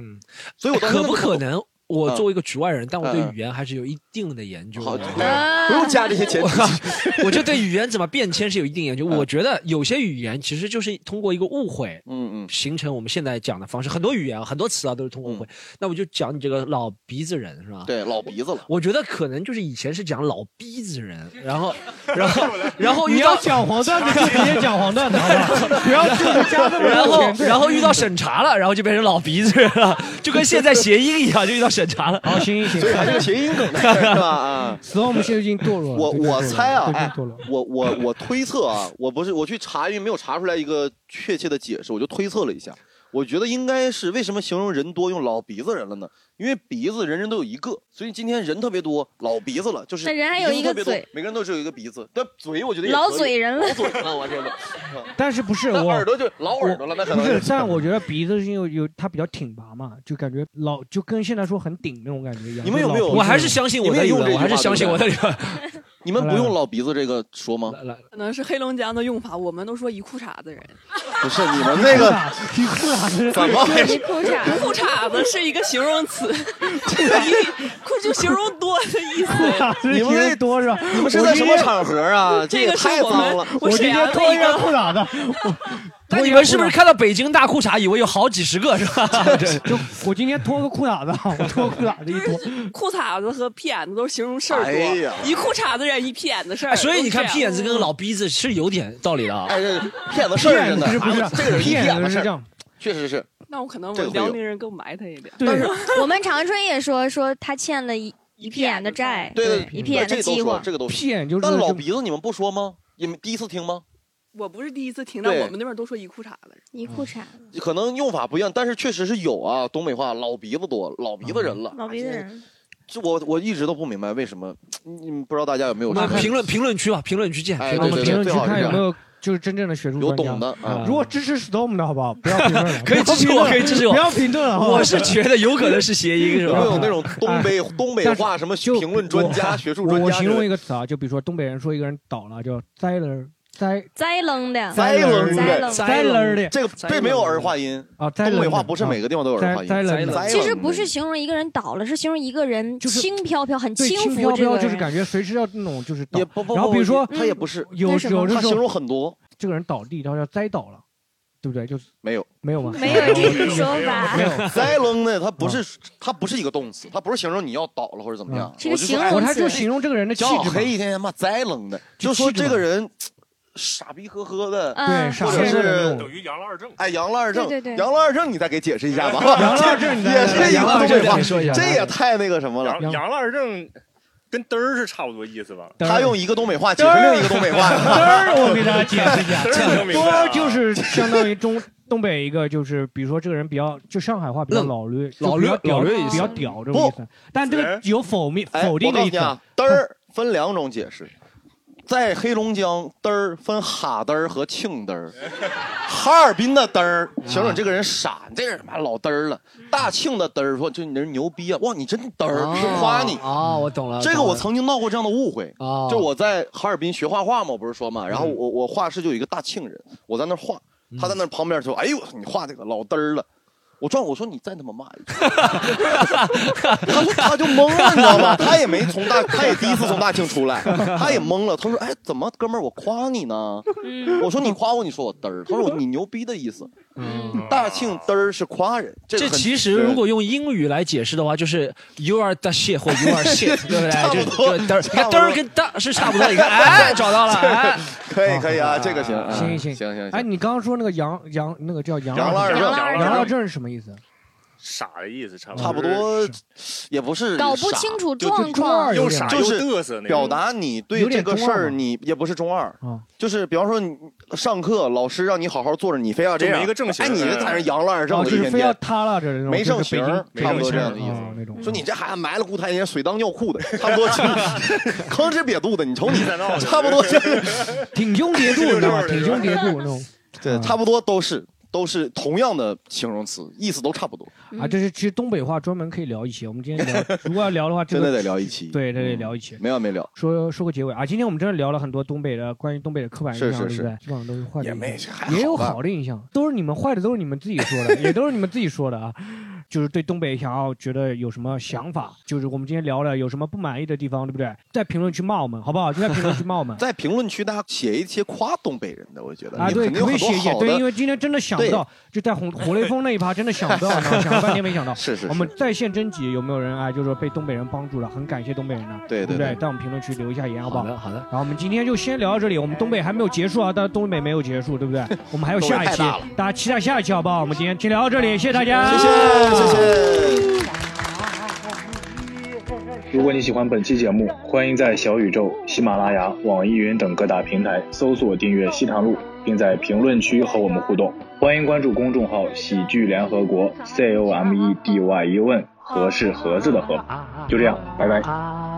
所以我当时
嗯可不
不
可
懂
能？我
嗯
作为一个局外人，但我对
嗯嗯
语言还是有一定的研究。的。
嗯
不
啊
用加这些前提。
我我就对语言怎么变迁是有一定研究。我觉得有些语言其实就是通过一个误会，
嗯嗯，
形成我们现在讲的方式。很多语言啊，很多词啊都是通过误会。那我就讲你这个老鼻子人是吧？
对，老鼻
<laughs>
子了。
我觉得可能就是以前是讲老鼻子人，然后，然后，然后
你
遇
要
到
讲黄段
<laughs>
子就直接讲黄段子，好不好？不要自己加这么多
然后
<laughs> 前缀
然后遇到审查了，然后就变成老鼻子人了，就跟现在谐音一样，就遇到审查了。
好，行行
所以还是个谐音梗的是吧？啊，
Storm 现在已经堕落了。
我
最近堕落
我
了
猜啊
最，近
哎
堕落了，
我我我推测啊，我不是我去查，因为没有查出来一个确切的解释，我就推测了一下，我觉得应该是为什么形容人多用老鼻子人了呢？因为鼻子人人都有一个，所以今天人特别多，老鼻子了，就是
那人还有一个
鼻子特别多
嘴
每个人都只有一个鼻子，但嘴我觉得也
老
可以
嘴人了
老嘴了，我天 <laughs> 呐，
但是不是
哎那
我
耳朵就老耳朵了，那可
不
能
是，但我觉得鼻子是因为有它比较挺拔嘛，就感觉老就跟现在说很顶那种感觉一样。
你们有没有？
就老
我还是相信我的
你们也用
语文
这句
我还是
话
相信我的
对不对你们不用老鼻子这个说吗？
可能是黑龙江的用法，我们都说一裤衩子人。
不是你们那个
一裤衩子
怎么回事？
裤衩，裤衩子是一个形容词，一裤就形容多的意思。
你们啊那
多是吧？
你们是在什么场合啊？
这
也
个是
太
我们
脏了！
我沈阳的一个，
衩子，
那啊你们是不是看到北京大裤衩，以为有好几十个是吧？
就我今天脱个裤衩子， <laughs> 我脱个裤衩子一脱，
裤衩子和屁眼子都是形容事儿多，
哎呀
一裤衩子人一屁眼子事儿、
哎所以你看
都是
屁
这样嗯
眼子跟老鼻子是有点道理的啊。
哎，这骗子事儿真的，
骗子是不是
啊这个人一
骗子
骗子
是
事
这样
儿，确实是。
那我可能
这
我
个会有
辽宁人更埋汰一点。
但是
我们长春也说说他欠了一一屁眼的债，
对对，
一屁眼
这
的
个都
饥
说
荒，
这个都
屁眼就是
但老啊鼻子你们不说吗？你们第一次听吗？
我不是第一次听到，
对
我们那边都说一裤衩子人。
一裤衩，
可能用法不一样，但是确实是有啊。东北话老鼻子多，老鼻子人了。
嗯
老鼻子人。
这我我一直都不明白为什么，你你们不知道大家有没有
我们
这个
评论评论区吧，评论区见。
哎
评
我
论
们
区
评
见
论区看有没有就是真正的学术
有
专家
懂的 <laughs> 啊
如果支持 storm 的好不好？不要评论了，
可以支持我，可以支持我，
不要评论了。好不好
我是觉得有可能是谐音，是吧？
会有那种
东北
哎
东北
但是
话什么评论专家、学术
我
专家之类的，
我形容一个词啊，就比如说东北人说一个人倒了叫栽了栽
栽楞的，
栽楞
的，
栽了的，
这个这没有儿化音
啊，栽
东北
楞
话
的
不是每个地方都有
栽
儿化音，
栽楞的
其实不是形容一个人倒了，是形容一个人轻飘飘、很
对轻
浮这
飘
个
飘，
人。
就是感觉随时要那种就是倒。
也不不
然后比如说
他也不是
有有这种
他形容很多，
这个人倒地，然后叫栽倒了，对不对？就是
没有
没有吗？
没有这种说法
<laughs> 没有
栽楞呢，它不是它不是一个动词，它不是形容你要倒了或者怎么样
嗯，
是个
我就说
形容
哎
我还
词
就形容这个人的气
小小
质嘛
黑一天天骂栽楞的，
就
就说
气质
这
嘛
个人傻逼呵呵的，
嗯
对，傻
或者
乎乎的那
是
种。
于杨了二正。
哎杨了二正，
对对对
杨了二正，你再给解释一下
<laughs>
吧。
杨了二正你再
也是一
杨了
个
二正
东北话
你说一下啊
这也太那个什么了。
杨杨了二正跟嘚儿是差不多意思吧？
他用一个东北话解释另一个东北话，
嘚儿，我给大家解
<laughs>
释一下，
嘚儿能明白啊
多就是相当于中东北一个，就是比如说这个人比较就上海话比较老驴，就
嗯老
比
驴
较
老
屌
驴意思
比较屌这种意思。但这个有否定
哎，
否定的
我告
意
诉你
思，
啊，嘚儿分两种解释，在黑龙江嘚儿分哈嘚儿和庆嘚儿，哈尔滨的嘚儿形容你这个人傻，你这个人妈老嘚儿了；大庆的嘚儿说就你这人牛逼啊，哇你真嘚儿，是夸你。
啊，我懂了。
这个我曾经闹过这样的误会，
哦
就我在哈尔滨学画画嘛，我不是说嘛，然后我我画室就有一个大庆人，我在那儿画，他在那儿旁边说，哎呦你画这个老嘚儿了，我转我说你再他妈骂一句，他说他就懵了，你知道吗？他也没从大，他也第一次从大庆出来，他也懵了。他说：“哎，怎么哥们儿，我夸你呢？”我说：“你夸我，你说我嘚儿。”他说：“你牛逼的意思。”
啊
嗯
大庆嘚儿是夸人，这
这
很
其实如果用英语来解释的话，就是 you are the shit 或 you
<laughs>
are shit，对不
差
对？
不
就
多
就嘚儿，你
差
看
不
嘚
多
儿跟嘚是差不多。你看，
<laughs>
哎，找到了，哎，
可以可以啊，这个行
啊
行
嗯
行
行行
哎，
行，
你刚刚说那个杨杨那个叫杨
杨了
二
二
正
正，
杨
杨
二
二正是什么意思？
傻的意思，差不
差不多也不是
搞不
傻
清楚
就
状
中
况
二。
又
有点
傻
就
又
是
嘚瑟那种
表达你对
有
这
点
个事
中二
儿，
吗
你也不是中二
啊，
就是比方说你上课老师让你好好坐着，你非要这
就
样
没一个正形
哎，你这才是杨了二正
哦，
的，
就
一
是
天
非要
天。
塌了这种，
没
就
正
是
形
北京
儿，差不多这样的意
哦
思。
那种。
说你这孩子埋了固态，人家水当尿裤的，差不
<laughs>
多，吭哧瘪肚的，你
<laughs>
瞅你，差不多，<laughs>
挺胸叠肚，你知道吗？
这
挺
就是
胸叠肚那种。啊
对，差不多都是都是同样的形容词，意思都差不多，
啊，这是其实东北话专门可以聊一期。我们今
<laughs>
天聊，如果要聊的话，这
真的
个
得聊一期，
对，这得聊一期。
没完没了，
说说个结尾啊！今天我们真的聊了很多东北的关于东北的刻板印象，
是是
对不对？基本上都是坏的印象，
吧
也有好的印象，都是你们坏的，都是你们自己说的，也都是你们自己说的啊。就是对东北想要觉得有什么想法，就是我们今天聊了有什么不满意的地方，对不对？在评论区骂我们，好不好？就在评论区骂我们
在评论区大家写一些夸东北人的，我觉得
啊！
你们
对，
肯定有
可以
很
写
多好
一写，对，因
的，
为今天真的想不到，就在红火雷锋那一趴真的想不到，
<laughs>
然后想了半天没想到。
是是
我
是
们，在线征集有没有人啊？就是说被东北人帮助了，很感谢东北人呢，
对对
对不对？
对，
在我们评论区留一下言，好不
好
好？
的，好的。
然后我们今天就先聊到这里，我们东北还没有结束啊，但是东北没有结束，
<laughs>
对不对？我们还有下一期
东北太大了，
大家期待下一期好不好？我们今天先聊到这里，谢谢大家，
谢谢谢谢。
如果你喜欢本期节目，欢迎在小宇宙、喜马拉雅、网易云等各大平台搜索订阅《西塘路》，并在评论区和我们互动。欢迎关注公众号“喜剧联合 E 国 ”（C O M E D Y U N），和是盒子的盒。就这样，拜拜。
啊